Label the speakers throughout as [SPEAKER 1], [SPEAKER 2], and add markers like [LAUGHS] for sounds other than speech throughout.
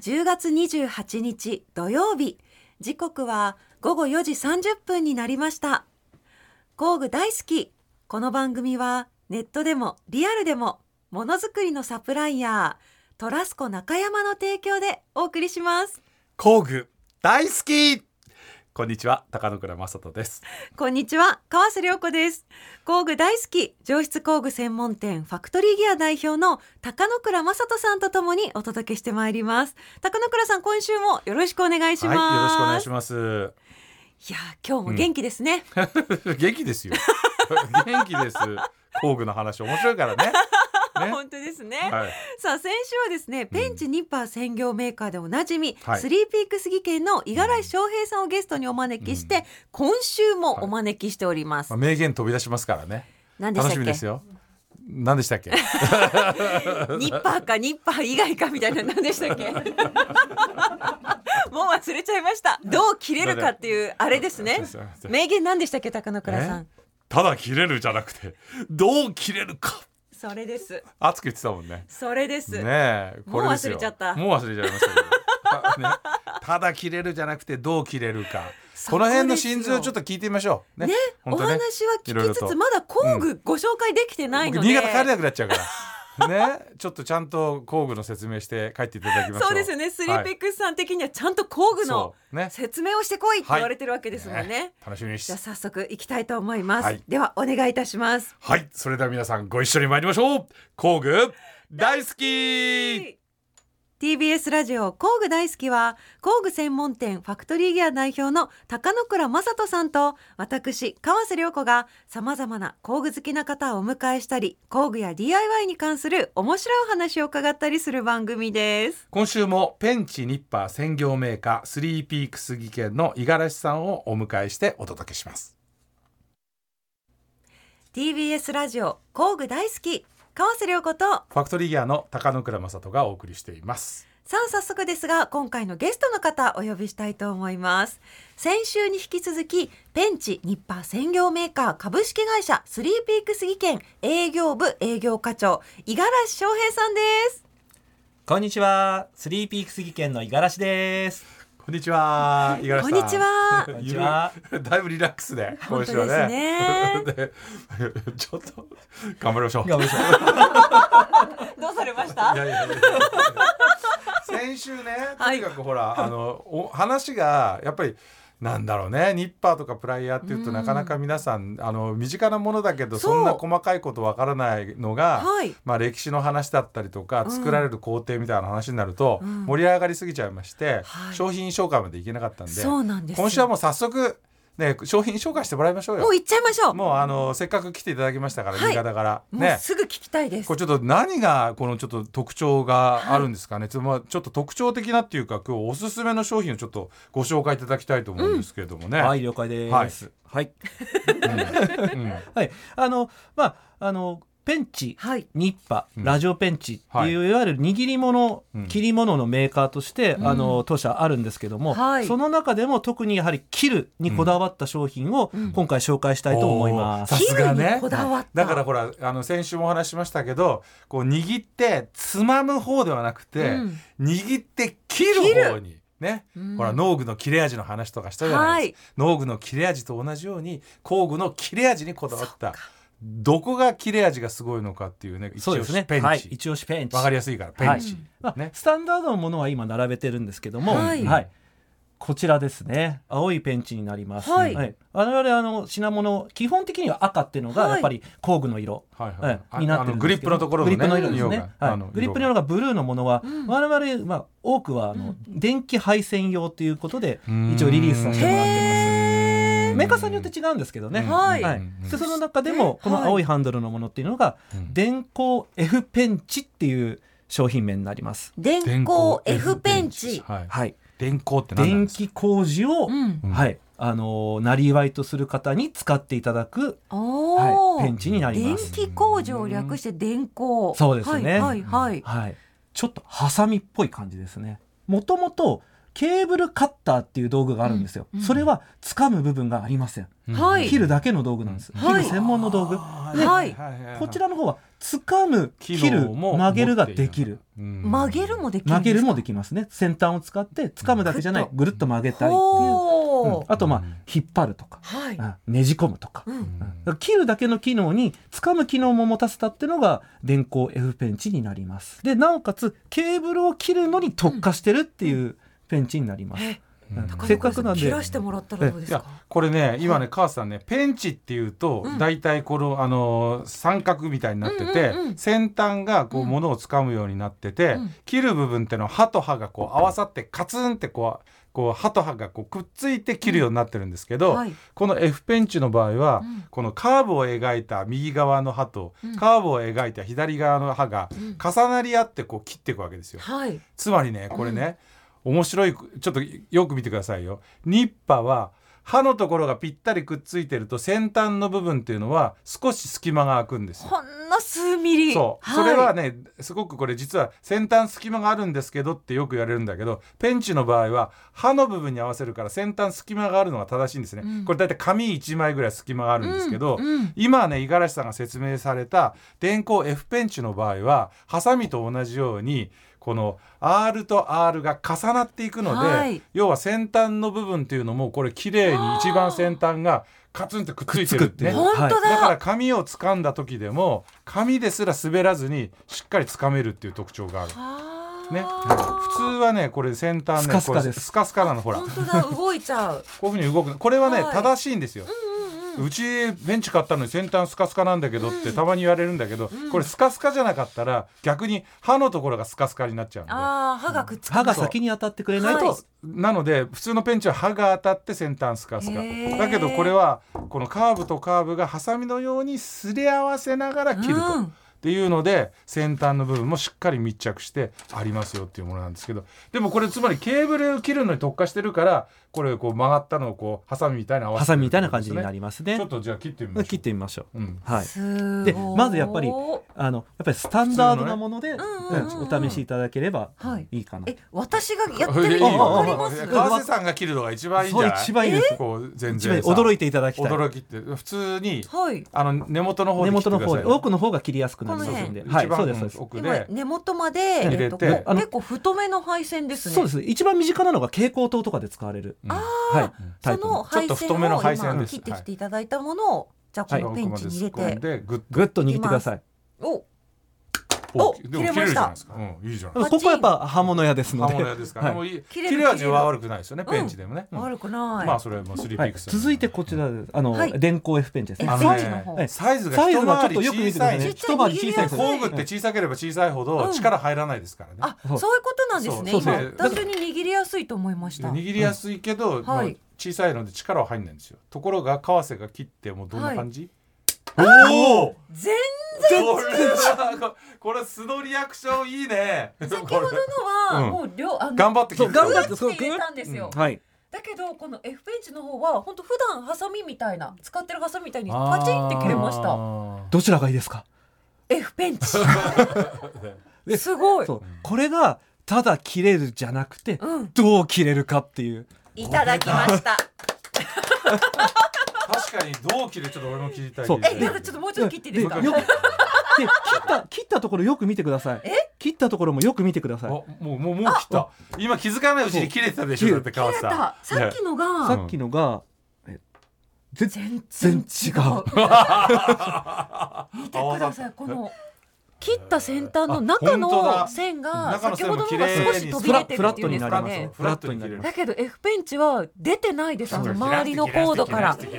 [SPEAKER 1] 10月28日土曜日時刻は午後4時30分になりました工具大好きこの番組はネットでもリアルでもものづくりのサプライヤートラスコ中山の提供でお送りします
[SPEAKER 2] 工具大好きこんにちは高野倉正人です
[SPEAKER 1] こんにちは川瀬良子です工具大好き上質工具専門店ファクトリーギア代表の高野倉正人さんとともにお届けしてまいります高野倉さん今週もよろしくお願いします、
[SPEAKER 2] はいよろしくお願いします
[SPEAKER 1] いやー今日も元気です
[SPEAKER 2] [LAUGHS]
[SPEAKER 1] ね、
[SPEAKER 2] 元気ですよ [LAUGHS] 元気です工具の話面白いか
[SPEAKER 1] [LAUGHS]
[SPEAKER 2] らねね
[SPEAKER 1] [LAUGHS] 本当ですね、
[SPEAKER 2] はい、
[SPEAKER 1] さあ先週はですねペンチニッパー専業メーカーでおなじみ、
[SPEAKER 2] はい
[SPEAKER 1] スリーピークス技研の五十嵐翔平さんをゲストにお招きして、
[SPEAKER 2] う
[SPEAKER 1] 今週もお招きしております、
[SPEAKER 2] まあ、名言飛び出しますからね
[SPEAKER 1] 何でしたっ
[SPEAKER 2] 楽しみ
[SPEAKER 1] け
[SPEAKER 2] ですよ何でしたっけ
[SPEAKER 1] ニッパーかニッパー以外かみたいな何でしたっ
[SPEAKER 2] [LAUGHS]
[SPEAKER 1] け [LAUGHS] もう忘れちゃいましたどう切れるかっていうあれですね
[SPEAKER 2] そうそう
[SPEAKER 1] 名言何でしたっけ高野倉さん
[SPEAKER 2] ただ切れるじゃなくてどう切れるか
[SPEAKER 1] それです
[SPEAKER 2] 熱く言ってたもんね
[SPEAKER 1] それです、
[SPEAKER 2] ねえこれですよ
[SPEAKER 1] もう忘れちゃった
[SPEAKER 2] もう忘れちゃいましたけどあねただ切れるじゃなくてどう切れるか
[SPEAKER 1] [LAUGHS] そ
[SPEAKER 2] こ
[SPEAKER 1] こですよ
[SPEAKER 2] の辺の真髄をちょっと聞いてみましょう
[SPEAKER 1] ね
[SPEAKER 2] 本
[SPEAKER 1] お
[SPEAKER 2] 当ね
[SPEAKER 1] 話は聞
[SPEAKER 2] いろい
[SPEAKER 1] き
[SPEAKER 2] ろ
[SPEAKER 1] つ
[SPEAKER 2] と
[SPEAKER 1] つまだ工具ご紹介できてないの
[SPEAKER 2] 僕
[SPEAKER 1] で、
[SPEAKER 2] 新潟帰れなくなっちゃうからねちょっとちゃんと工具の説明して帰っていただきましょう
[SPEAKER 1] そうですよねスリーピ
[SPEAKER 2] はい
[SPEAKER 1] ックスさん的にはちゃんと工具の
[SPEAKER 2] そうね
[SPEAKER 1] 説明をしてこいって言われてるわけですもんね,、
[SPEAKER 2] ね楽しみにし
[SPEAKER 1] じゃあ
[SPEAKER 2] て
[SPEAKER 1] 早速行きたいと思います、
[SPEAKER 2] はい
[SPEAKER 1] ではお願いいたします
[SPEAKER 2] はいそれでは皆さんご一緒に参りましょう工具大好き
[SPEAKER 1] TBS ラジオ工具大好きは工具専門店ファクトリーギア代表の高野倉正人さんと私川瀬良子がさまざまな工具好きな方をお迎えしたり工具や DIY に関する面白いお話を伺ったりする番組です。
[SPEAKER 2] 今週もペンチニッパー専業メーカースリーピークス技研の五十嵐さんをお迎えしてお届けします
[SPEAKER 1] TBS ラジオ工具大好き川瀬良子と
[SPEAKER 2] ファクトリーギアの高野倉正人がお送りしています
[SPEAKER 1] さあ早速ですが今回のゲストの方お呼びしたいと思います先週に引き続きペンチニッパー専業メーカー株式会社スリーピークス技研営業部営業課長五十嵐翔平さんです
[SPEAKER 3] こんにちは、スリーピークス技研の五十嵐です。
[SPEAKER 2] こんにちは五十嵐さん
[SPEAKER 1] こんにちは
[SPEAKER 3] こんにちは
[SPEAKER 2] だいぶリラックスで
[SPEAKER 1] 本当ですね
[SPEAKER 2] 今週はねで [LAUGHS] ちょっと頑張りましょう
[SPEAKER 3] 頑張りましょ
[SPEAKER 1] どうされました
[SPEAKER 2] いやいやいや先週ねと
[SPEAKER 1] はい
[SPEAKER 2] にかくほら、あのお話がやっぱりなんだろうねニッパーとかプライヤーっていうと
[SPEAKER 1] うん
[SPEAKER 2] なかなか皆さんあの身近なものだけど
[SPEAKER 1] そう
[SPEAKER 2] そんな細かいことわからないのが、
[SPEAKER 1] はい
[SPEAKER 2] まあ、歴史の話だったりとか
[SPEAKER 1] うん
[SPEAKER 2] 作られる工程みたいな話になると
[SPEAKER 1] うん
[SPEAKER 2] 盛り上がりすぎちゃいまして、
[SPEAKER 1] はい
[SPEAKER 2] 商品紹介までいけなかったんで
[SPEAKER 1] そうなんですよ
[SPEAKER 2] 今週はもう早速、ね、商品紹介してもらいましょうよ。
[SPEAKER 1] もう行っちゃいましょうも
[SPEAKER 2] もうあのせっかく来ていただきましたから、
[SPEAKER 1] はい
[SPEAKER 2] 新潟から。
[SPEAKER 1] う,、
[SPEAKER 2] ね、
[SPEAKER 1] すぐ聞きたいです
[SPEAKER 2] これちょっと何がこのちょっと特徴があるんですかね、ちょっとまあちょっと特徴的なっていうか今日おすすめの商品をちょっとご紹介いただきたいと思うんですけれどもね、
[SPEAKER 3] う。は
[SPEAKER 2] はい
[SPEAKER 3] い、了解です。はい、
[SPEAKER 2] うん
[SPEAKER 3] はい、あの、まあ、あの、ペンチ。
[SPEAKER 1] はい
[SPEAKER 3] ニッパ、
[SPEAKER 2] うん
[SPEAKER 3] ラジオペンチって
[SPEAKER 2] はい
[SPEAKER 3] いう、い、わゆる握り物、
[SPEAKER 2] うん
[SPEAKER 3] 切り物のメーカーとして、
[SPEAKER 1] うん
[SPEAKER 3] あの当社あるんですけども、
[SPEAKER 1] はい
[SPEAKER 3] その中でも特にやはり切るにこだわった商品を
[SPEAKER 1] うん
[SPEAKER 3] 今回紹介したいと思います。
[SPEAKER 2] さすが
[SPEAKER 1] 切る
[SPEAKER 2] ね
[SPEAKER 1] にこだわった
[SPEAKER 2] だからほらあの先週もお話ししましたけどこう握ってつまむ方ではなく
[SPEAKER 1] う
[SPEAKER 2] て、
[SPEAKER 1] ん
[SPEAKER 2] 握って切る方にね、
[SPEAKER 1] うん
[SPEAKER 2] ほら農具の切れ味の話とかしたじゃないですか、農具の切れ味と同じように工具の切れ味にこだわったどこが切れ味がすごいのかっていうね一
[SPEAKER 3] そう
[SPEAKER 2] 押
[SPEAKER 3] です
[SPEAKER 2] し
[SPEAKER 3] ね。
[SPEAKER 2] ペンチ、
[SPEAKER 3] はい、一押しペンチ。
[SPEAKER 2] わかりやすいからペンチ、
[SPEAKER 3] まあ
[SPEAKER 2] ね
[SPEAKER 3] スタンダードのものは今並べてるんですけども、
[SPEAKER 1] は
[SPEAKER 3] はいいこちらですね青いペンチになります、
[SPEAKER 1] はい
[SPEAKER 3] 我々あの品物基本的には赤っていうのが
[SPEAKER 1] はい
[SPEAKER 3] やっぱり工具の色、
[SPEAKER 2] はいはい
[SPEAKER 3] はい
[SPEAKER 2] あ
[SPEAKER 3] になって
[SPEAKER 2] あ
[SPEAKER 3] る
[SPEAKER 2] の
[SPEAKER 3] ん
[SPEAKER 2] グ
[SPEAKER 3] で
[SPEAKER 2] リ
[SPEAKER 3] す
[SPEAKER 2] ッ
[SPEAKER 3] け
[SPEAKER 2] プ
[SPEAKER 3] ど
[SPEAKER 2] のところのね
[SPEAKER 3] グリップの色です
[SPEAKER 2] 色
[SPEAKER 3] ね
[SPEAKER 2] が、
[SPEAKER 3] は
[SPEAKER 2] あ
[SPEAKER 3] い
[SPEAKER 2] の、
[SPEAKER 3] グリップの色がブルーのものは、
[SPEAKER 1] うん
[SPEAKER 3] 我々、まあ、多くはあ
[SPEAKER 1] う
[SPEAKER 3] の、
[SPEAKER 1] ん
[SPEAKER 3] 電気配線用ということで
[SPEAKER 2] うん
[SPEAKER 3] 一応リリースさせてもらって
[SPEAKER 1] へ
[SPEAKER 3] ま
[SPEAKER 1] ー
[SPEAKER 3] すメーカーさんによって違うんですけどね、
[SPEAKER 2] うん
[SPEAKER 1] はい
[SPEAKER 2] うん
[SPEAKER 3] でその中でもこの青いハンドルのものっていうのが、
[SPEAKER 2] うん
[SPEAKER 3] 電光 F ペンチっていう商品名になります。
[SPEAKER 1] 電光 F ペンチ
[SPEAKER 2] はい
[SPEAKER 3] はい、
[SPEAKER 2] 電光って何なん
[SPEAKER 3] 電
[SPEAKER 2] ですか
[SPEAKER 3] 気工事を、
[SPEAKER 1] うん
[SPEAKER 2] うん
[SPEAKER 3] はい、あのーなりわいとする方に使っていただく、
[SPEAKER 1] おお、
[SPEAKER 3] はい、ペンチになり
[SPEAKER 1] 電
[SPEAKER 3] ます。
[SPEAKER 1] 気工場を略して電工
[SPEAKER 3] そうですね
[SPEAKER 1] はいはいはい、
[SPEAKER 3] はい、ちょっとハサミっぽい感じですね。もともとケーブルカッターっていう道具があるんですよ、
[SPEAKER 1] うんうん
[SPEAKER 3] それは掴む部分がありません、
[SPEAKER 1] はい
[SPEAKER 3] 切るだけの道具なんです、
[SPEAKER 1] はい
[SPEAKER 3] 切る専門の道具、
[SPEAKER 1] ね
[SPEAKER 2] はい
[SPEAKER 3] こちらの方は掴む切
[SPEAKER 2] 機
[SPEAKER 3] る
[SPEAKER 2] 能も
[SPEAKER 3] 曲げるができる
[SPEAKER 1] 曲げるもできる
[SPEAKER 3] 曲
[SPEAKER 1] んで
[SPEAKER 3] げ
[SPEAKER 1] すか
[SPEAKER 3] るもできますね先端を使って掴むだけじゃないぐるっと曲げたりっていう、
[SPEAKER 1] ほ
[SPEAKER 3] うん
[SPEAKER 1] ー
[SPEAKER 3] あとまあ引っ張るとか、
[SPEAKER 1] はい、
[SPEAKER 3] あねじ込むとか
[SPEAKER 1] う、ん、
[SPEAKER 3] うんだから切るだけの機能に掴む機能も持たせたってのが電光 F ペンチになりますでなおかつケーブルを切るのに特化してるっていうペンチになります、
[SPEAKER 1] え
[SPEAKER 3] うん
[SPEAKER 1] 高
[SPEAKER 3] せっ
[SPEAKER 1] 中
[SPEAKER 3] か
[SPEAKER 1] さ
[SPEAKER 3] く
[SPEAKER 1] ん
[SPEAKER 3] なん
[SPEAKER 1] 切
[SPEAKER 3] で
[SPEAKER 1] らしてもらったらどうで
[SPEAKER 2] い
[SPEAKER 1] す
[SPEAKER 2] や
[SPEAKER 1] か
[SPEAKER 2] これね今ね母さんねペンチっていうと
[SPEAKER 1] うん
[SPEAKER 2] 大体このあのー三角みたいになってて
[SPEAKER 1] うんうんうん
[SPEAKER 2] 先端がこう
[SPEAKER 1] うん
[SPEAKER 2] 物を掴むようになってて
[SPEAKER 1] うん
[SPEAKER 2] 切る部分ってのは歯と歯がこう合わさってカツンってこうこう歯と歯がこうくっついて切るようになってるんですけど
[SPEAKER 1] はい
[SPEAKER 2] この F ペンチの場合は
[SPEAKER 1] うん
[SPEAKER 2] このカーブを描いた右側の歯と
[SPEAKER 1] うん
[SPEAKER 2] カーブを描いた左側の歯が
[SPEAKER 1] うん
[SPEAKER 2] 重なり合ってこう切っていくわけですよ。
[SPEAKER 1] はい
[SPEAKER 2] つまりねこれね、面白いちょっとよく見てくださいよ。ニッパは歯のところがぴったりくっついてると先端の部分っていうのは少し隙間が空くんですよ。
[SPEAKER 1] ほんの数ミリ
[SPEAKER 2] そう、
[SPEAKER 1] い
[SPEAKER 2] それはねすごくこれ実は先端隙間があるんですけどってよく言われるんだけどペンチの場合は歯の部分に合わせるから先端隙間があるのが正しいんですね、
[SPEAKER 1] うん
[SPEAKER 2] これだいたい紙1枚ぐらい隙間があるんですけど、
[SPEAKER 1] うんうん
[SPEAKER 2] 今ね五十嵐さんが説明された電光 F ペンチの場合はハサミと同じようにこの R と R が重なっていくので、
[SPEAKER 1] はい
[SPEAKER 2] 要は先端の部分っていうのもこれ綺麗に一番先端がカツンとくっついてるってね
[SPEAKER 3] くっつくってい
[SPEAKER 1] 本
[SPEAKER 3] う
[SPEAKER 1] 当だ,、
[SPEAKER 2] だから紙を掴んだ時でも紙ですら滑らずにしっかり掴めるっていう特徴がある。
[SPEAKER 1] あー
[SPEAKER 2] ね、普通はねこれ先端ね
[SPEAKER 3] スカスカ
[SPEAKER 2] これ
[SPEAKER 3] です
[SPEAKER 2] スカスカなのほらこ
[SPEAKER 1] 本当だ動いちゃ
[SPEAKER 3] [LAUGHS]
[SPEAKER 1] う、
[SPEAKER 2] ういうふうに動くのこれはね、
[SPEAKER 1] はい
[SPEAKER 2] 正しいんですよ。
[SPEAKER 1] うんうんうん、
[SPEAKER 2] うちベンチ買ったのに先端スカスカなんだけどってたまに言われるんだけど、
[SPEAKER 1] ん
[SPEAKER 2] これスカスカじゃなかったら逆に歯のところがスカスカになっちゃうんで
[SPEAKER 1] あー歯がくっつく
[SPEAKER 3] 歯が先に当たってくれない
[SPEAKER 1] はい
[SPEAKER 3] と
[SPEAKER 2] なので普通のペンチは歯が当たって先端スカスカ
[SPEAKER 1] へー
[SPEAKER 2] だけどこれはこのカーブとカーブがハサミのようにすり合わせながら切ると、
[SPEAKER 1] うん
[SPEAKER 2] っていうので先端の部分もしっかり密着してありますよっていうものなんですけどでもこれつまりケーブル切るのに特化してるからこれこう曲がったのをこうハサミみたいな合わ
[SPEAKER 3] ハ
[SPEAKER 2] せ
[SPEAKER 3] サミみたいな感じにな
[SPEAKER 2] り
[SPEAKER 3] ります
[SPEAKER 2] ちょ
[SPEAKER 3] ね
[SPEAKER 2] っとじゃあ切ってみましょう。
[SPEAKER 3] 切ってみましょう
[SPEAKER 2] うん
[SPEAKER 3] はい
[SPEAKER 1] す
[SPEAKER 3] で
[SPEAKER 1] ごい
[SPEAKER 3] まずやっぱりあのやっぱりスタンダードなもので、
[SPEAKER 1] 通のねうんうんうんうん
[SPEAKER 3] うんお試しいただければ
[SPEAKER 1] はい
[SPEAKER 3] いいかな、
[SPEAKER 1] え私がやって
[SPEAKER 2] い
[SPEAKER 1] み
[SPEAKER 2] い
[SPEAKER 1] て
[SPEAKER 2] よ
[SPEAKER 1] わかります
[SPEAKER 2] いや川瀬さんが切るのが一番いいんじゃない
[SPEAKER 3] そう一番いいです
[SPEAKER 2] こう全
[SPEAKER 3] 一番
[SPEAKER 2] 然
[SPEAKER 3] 驚い
[SPEAKER 2] て
[SPEAKER 3] ていただきたい
[SPEAKER 2] 驚きって普通に
[SPEAKER 1] はい
[SPEAKER 2] あの根元の方
[SPEAKER 3] 根
[SPEAKER 2] で切って
[SPEAKER 3] 元
[SPEAKER 2] くださ
[SPEAKER 3] の
[SPEAKER 2] い
[SPEAKER 3] 方で奥の方が切りやすくなり
[SPEAKER 1] この
[SPEAKER 3] ますん
[SPEAKER 1] 辺
[SPEAKER 3] で、
[SPEAKER 2] 一
[SPEAKER 3] はい、
[SPEAKER 2] 番
[SPEAKER 3] そうですそうです
[SPEAKER 2] 奥
[SPEAKER 1] 今
[SPEAKER 2] で
[SPEAKER 1] 根元まで、
[SPEAKER 2] 入れて
[SPEAKER 1] えっと
[SPEAKER 2] で
[SPEAKER 3] あの
[SPEAKER 1] 結構太めの配線ですね
[SPEAKER 3] そうです一番身近なのが蛍光灯とかで使われる、
[SPEAKER 2] うん
[SPEAKER 3] はい、タ
[SPEAKER 1] そ
[SPEAKER 3] イプ
[SPEAKER 1] の
[SPEAKER 3] の
[SPEAKER 1] 配
[SPEAKER 2] ちょっと
[SPEAKER 1] 線
[SPEAKER 2] 太めの
[SPEAKER 1] を
[SPEAKER 2] 配線
[SPEAKER 1] 今
[SPEAKER 2] です
[SPEAKER 1] 切ってきていただいたものをじゃあこのペンチに入れて、
[SPEAKER 2] 奥まで突っ込んでグッ
[SPEAKER 3] ぐっと握ってください
[SPEAKER 1] おお
[SPEAKER 2] おでも
[SPEAKER 1] 切れました
[SPEAKER 2] るじゃないですかうんいいじゃない
[SPEAKER 1] パチン
[SPEAKER 3] ここはやっぱ刃物屋ですの
[SPEAKER 2] 刃
[SPEAKER 3] で
[SPEAKER 2] 物屋ですからね
[SPEAKER 3] はい
[SPEAKER 2] もういい
[SPEAKER 1] 切れる
[SPEAKER 2] 切れ味は悪くないですよね
[SPEAKER 1] うん
[SPEAKER 2] ペンチでもねうん
[SPEAKER 1] 悪くない、
[SPEAKER 2] まあそれはもうスリーピ
[SPEAKER 3] は
[SPEAKER 2] ッ
[SPEAKER 3] い
[SPEAKER 2] クス
[SPEAKER 3] 続いてこちらですあの、
[SPEAKER 1] はい
[SPEAKER 3] 電光 F ペンチですね
[SPEAKER 2] あ
[SPEAKER 1] え
[SPEAKER 2] の
[SPEAKER 1] ペンチの方
[SPEAKER 2] ねサイズが
[SPEAKER 3] サイ
[SPEAKER 2] 一
[SPEAKER 3] ズがちょ
[SPEAKER 2] 回
[SPEAKER 3] っ
[SPEAKER 2] り
[SPEAKER 3] とよく見て
[SPEAKER 2] 小
[SPEAKER 3] くだ
[SPEAKER 2] さ
[SPEAKER 3] さ
[SPEAKER 2] い
[SPEAKER 3] い
[SPEAKER 2] ん
[SPEAKER 3] ね
[SPEAKER 2] で
[SPEAKER 1] ちっ
[SPEAKER 2] す
[SPEAKER 1] ちゃい
[SPEAKER 3] 一回り小さいんです
[SPEAKER 1] 握
[SPEAKER 2] 工具って小さければ小さいほど力入らないですからね
[SPEAKER 1] あそういうことなんですね
[SPEAKER 2] そう
[SPEAKER 1] 今
[SPEAKER 2] そう
[SPEAKER 1] 単純に握りやすいと思いまし
[SPEAKER 2] で
[SPEAKER 1] た
[SPEAKER 2] 握りやすいけど、まあ
[SPEAKER 1] はい
[SPEAKER 2] 小さいので力は入んないんですよところが川瀬が切ってもうどんな感じ、おお
[SPEAKER 1] 全
[SPEAKER 2] これは [LAUGHS] これ素のリアクションいいね
[SPEAKER 1] 先ほどの
[SPEAKER 2] う
[SPEAKER 1] は
[SPEAKER 2] ん
[SPEAKER 1] もう両あの
[SPEAKER 2] 頑張って切
[SPEAKER 3] そう
[SPEAKER 2] る
[SPEAKER 3] 頑張って
[SPEAKER 1] グッて入れたんですよ、
[SPEAKER 3] はい
[SPEAKER 1] だけどこの F ペンチの方は本当普段ハサミみたいな使ってるハサミみたいにパチンって切れま
[SPEAKER 2] [LAUGHS]
[SPEAKER 1] した
[SPEAKER 2] た
[SPEAKER 3] どちらがいいですか
[SPEAKER 1] F ペン
[SPEAKER 2] [LAUGHS]
[SPEAKER 1] チすごい
[SPEAKER 3] そうこれがただ切れるじゃなくて、
[SPEAKER 1] うん
[SPEAKER 3] どう切れるかっていう
[SPEAKER 1] いただきました
[SPEAKER 2] 確かにどう切るちょっと俺も切りたい
[SPEAKER 3] そう
[SPEAKER 1] えなんかちょっともうちょっと切っていいですか
[SPEAKER 3] でよくで切った切ったところよく見てください切ったところもよく見てくださ
[SPEAKER 2] あ
[SPEAKER 3] い
[SPEAKER 2] もうもうもう切った今気づかないうちに切れてたでしょ
[SPEAKER 3] そ
[SPEAKER 2] だ
[SPEAKER 3] う
[SPEAKER 2] って川瀬
[SPEAKER 1] さ
[SPEAKER 2] さん
[SPEAKER 1] っきの
[SPEAKER 3] さ
[SPEAKER 1] が
[SPEAKER 3] っきのが、え全
[SPEAKER 1] 全然 [LAUGHS]
[SPEAKER 3] 然
[SPEAKER 1] 違
[SPEAKER 3] 違
[SPEAKER 1] う
[SPEAKER 3] う
[SPEAKER 1] 見て
[SPEAKER 2] 合
[SPEAKER 1] く
[SPEAKER 2] わさ
[SPEAKER 1] だ
[SPEAKER 2] っ
[SPEAKER 1] さいこの切った先端の中
[SPEAKER 2] あ本当
[SPEAKER 1] の
[SPEAKER 2] だ
[SPEAKER 1] 線が
[SPEAKER 2] 中の
[SPEAKER 1] 先
[SPEAKER 2] 線
[SPEAKER 1] ほど
[SPEAKER 2] も
[SPEAKER 1] の
[SPEAKER 2] 綺
[SPEAKER 1] が少
[SPEAKER 2] 麗
[SPEAKER 1] し
[SPEAKER 2] に
[SPEAKER 1] 飛
[SPEAKER 3] フ
[SPEAKER 1] び
[SPEAKER 3] ラ
[SPEAKER 1] 出
[SPEAKER 2] ラ
[SPEAKER 1] て
[SPEAKER 3] フ
[SPEAKER 1] るっていうんです
[SPEAKER 3] ラットにな
[SPEAKER 1] か
[SPEAKER 3] ります
[SPEAKER 1] ね
[SPEAKER 3] よフラットになります
[SPEAKER 1] だけど F ペンチは出てないですあの周りのコードから比
[SPEAKER 2] 話 [LAUGHS]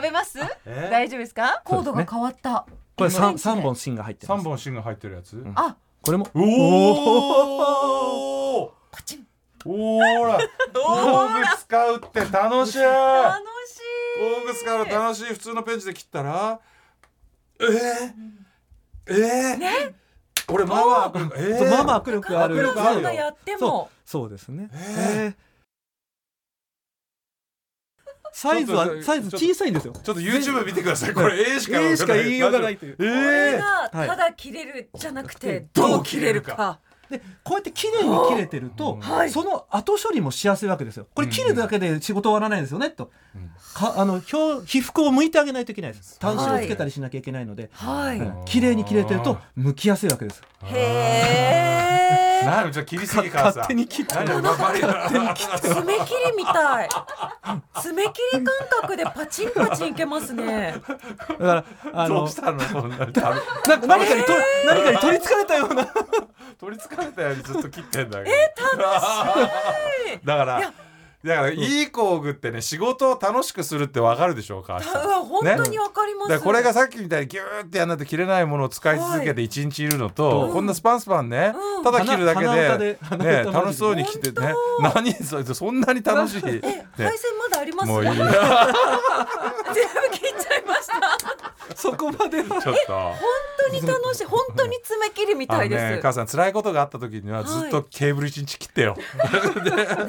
[SPEAKER 1] べます
[SPEAKER 2] え
[SPEAKER 1] 大丈夫ですかコードが変わった
[SPEAKER 3] これ
[SPEAKER 1] F ペンチ
[SPEAKER 3] 3,
[SPEAKER 1] で
[SPEAKER 3] 三本芯が入ってま
[SPEAKER 2] 三
[SPEAKER 3] す
[SPEAKER 2] 本芯が入ってるやつ、うん
[SPEAKER 1] あ
[SPEAKER 3] これもおー
[SPEAKER 2] おお
[SPEAKER 1] パチン
[SPEAKER 2] おー
[SPEAKER 1] [LAUGHS]
[SPEAKER 2] ら工具使うって楽しい
[SPEAKER 1] 楽
[SPEAKER 2] 工
[SPEAKER 1] し
[SPEAKER 2] 具使うの楽しい普通のペンチで切ったらえー、えー、俺ママ握力え
[SPEAKER 3] そう
[SPEAKER 2] ー、
[SPEAKER 3] まあまあ握力
[SPEAKER 1] い
[SPEAKER 3] あ
[SPEAKER 2] 握
[SPEAKER 3] る
[SPEAKER 2] 力あるよ
[SPEAKER 1] がやって
[SPEAKER 3] そ
[SPEAKER 1] も
[SPEAKER 3] うそうですね、
[SPEAKER 2] え
[SPEAKER 3] えーサイズは
[SPEAKER 2] ちょっと
[SPEAKER 3] サイズ小さいんですよ
[SPEAKER 2] ちょっと YouTube 見てくださいこれ A しか
[SPEAKER 3] A しか言いようがないという
[SPEAKER 2] え
[SPEAKER 1] これ
[SPEAKER 2] え
[SPEAKER 1] が
[SPEAKER 3] はい
[SPEAKER 1] ただ切れるじゃなくて
[SPEAKER 2] ど
[SPEAKER 1] ど
[SPEAKER 2] う
[SPEAKER 1] う
[SPEAKER 2] 切
[SPEAKER 1] 切れ
[SPEAKER 2] れる
[SPEAKER 1] る
[SPEAKER 2] か
[SPEAKER 1] か
[SPEAKER 3] でこうやって綺麗に切れてると、
[SPEAKER 1] はい
[SPEAKER 3] その後処理もしやすいわけですよこれ切るだけで仕事終わらないんですよねと、かあの表皮膚を剥いてあげないといけないです端子をつけたりしなきゃいけないので、
[SPEAKER 1] はい
[SPEAKER 3] うん綺麗に切れてると剥きやすいわけです
[SPEAKER 1] へえ
[SPEAKER 2] なるじゃあ切りすぎか
[SPEAKER 3] 勝手に切って
[SPEAKER 2] 何をバリバリ
[SPEAKER 1] 爪切りみたい爪切り感覚でパチンパチンいけますね
[SPEAKER 3] だからあ
[SPEAKER 2] どう
[SPEAKER 3] の
[SPEAKER 2] したのこんなに食べ
[SPEAKER 3] なんか何かにと、何かに取りつかれたような
[SPEAKER 2] 取りつかれたようにずっと切ってんだけど。だから、
[SPEAKER 1] いや
[SPEAKER 2] だからいい工具ってね、仕事を楽しくするってわかるでしょうか。
[SPEAKER 1] うわ本当にわかります、
[SPEAKER 2] だからこれがさっきみたいにギューってやんないと切れないものを使い続けて一日いるのと、こんなスパンスパンね、
[SPEAKER 1] うん
[SPEAKER 2] ただ切るだけ
[SPEAKER 3] 鼻鼻歌
[SPEAKER 2] で
[SPEAKER 3] で鼻
[SPEAKER 2] ね
[SPEAKER 3] 歌まで
[SPEAKER 2] 楽しそうに切ってね何それそんなに楽しい、ね、
[SPEAKER 1] 配線まだあります
[SPEAKER 2] もういいちょ
[SPEAKER 1] 全
[SPEAKER 2] っ
[SPEAKER 1] 部切っちゃいました
[SPEAKER 3] そこまでは
[SPEAKER 2] と。
[SPEAKER 1] 本当に楽しい本当に爪切りみ
[SPEAKER 2] あ
[SPEAKER 1] た
[SPEAKER 2] の
[SPEAKER 1] いです、
[SPEAKER 2] ね、母さん辛いことがあった時にはずっとケーブル一日切ってよ、
[SPEAKER 1] な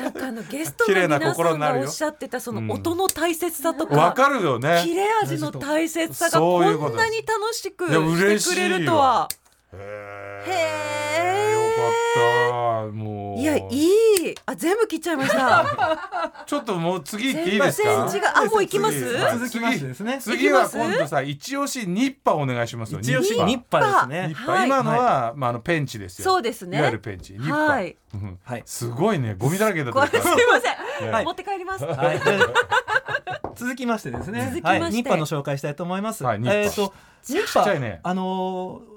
[SPEAKER 1] んかあのゲスト
[SPEAKER 2] 綺麗
[SPEAKER 1] の
[SPEAKER 2] な
[SPEAKER 1] 皆さ
[SPEAKER 2] 心
[SPEAKER 1] ん
[SPEAKER 2] になる
[SPEAKER 1] が
[SPEAKER 2] よ
[SPEAKER 1] おっしゃってたそ
[SPEAKER 2] うん
[SPEAKER 1] の音の大切さと
[SPEAKER 2] わ
[SPEAKER 1] か、
[SPEAKER 2] かるよ
[SPEAKER 1] 切
[SPEAKER 2] ね
[SPEAKER 1] れ味の大切さがこ
[SPEAKER 2] そういうこと
[SPEAKER 1] んなに楽しく
[SPEAKER 2] いや嬉しい
[SPEAKER 1] し
[SPEAKER 2] よ
[SPEAKER 1] てくれるとは
[SPEAKER 2] へ
[SPEAKER 1] へ
[SPEAKER 2] えよかったもう
[SPEAKER 1] いやいいあ全部切っちゃい
[SPEAKER 2] [LAUGHS]
[SPEAKER 1] ました
[SPEAKER 2] ちょっともう次行っていい
[SPEAKER 1] 全
[SPEAKER 2] で
[SPEAKER 1] 然
[SPEAKER 2] す
[SPEAKER 1] 違
[SPEAKER 2] か
[SPEAKER 1] うあもう行きます
[SPEAKER 2] 次
[SPEAKER 3] 続きましてですね
[SPEAKER 2] 次は今度さ一押しニッパーお願いしますよ
[SPEAKER 3] 一押し
[SPEAKER 2] ニ
[SPEAKER 3] ニ
[SPEAKER 2] ッ
[SPEAKER 3] ッパー
[SPEAKER 2] パー
[SPEAKER 3] です
[SPEAKER 2] ニ
[SPEAKER 3] ね
[SPEAKER 2] ッパー
[SPEAKER 1] はい
[SPEAKER 2] 今のはまああのペンチですよ
[SPEAKER 1] そうですね
[SPEAKER 2] いわゆるペンチニッパー
[SPEAKER 1] はい
[SPEAKER 2] うん
[SPEAKER 3] はい
[SPEAKER 2] すごいねゴミだらけだっ
[SPEAKER 1] これ
[SPEAKER 2] た
[SPEAKER 1] すいません、
[SPEAKER 2] はい
[SPEAKER 1] 持って帰ります、
[SPEAKER 3] はい、じゃあ続きましてですね
[SPEAKER 1] 続きま
[SPEAKER 3] は
[SPEAKER 1] して
[SPEAKER 3] い、ニッパーの紹介したいと思います、
[SPEAKER 2] はいニッパー
[SPEAKER 3] えー、とニッ
[SPEAKER 2] ち
[SPEAKER 3] パ
[SPEAKER 2] っ
[SPEAKER 3] ー
[SPEAKER 2] ちゃいね
[SPEAKER 3] あのー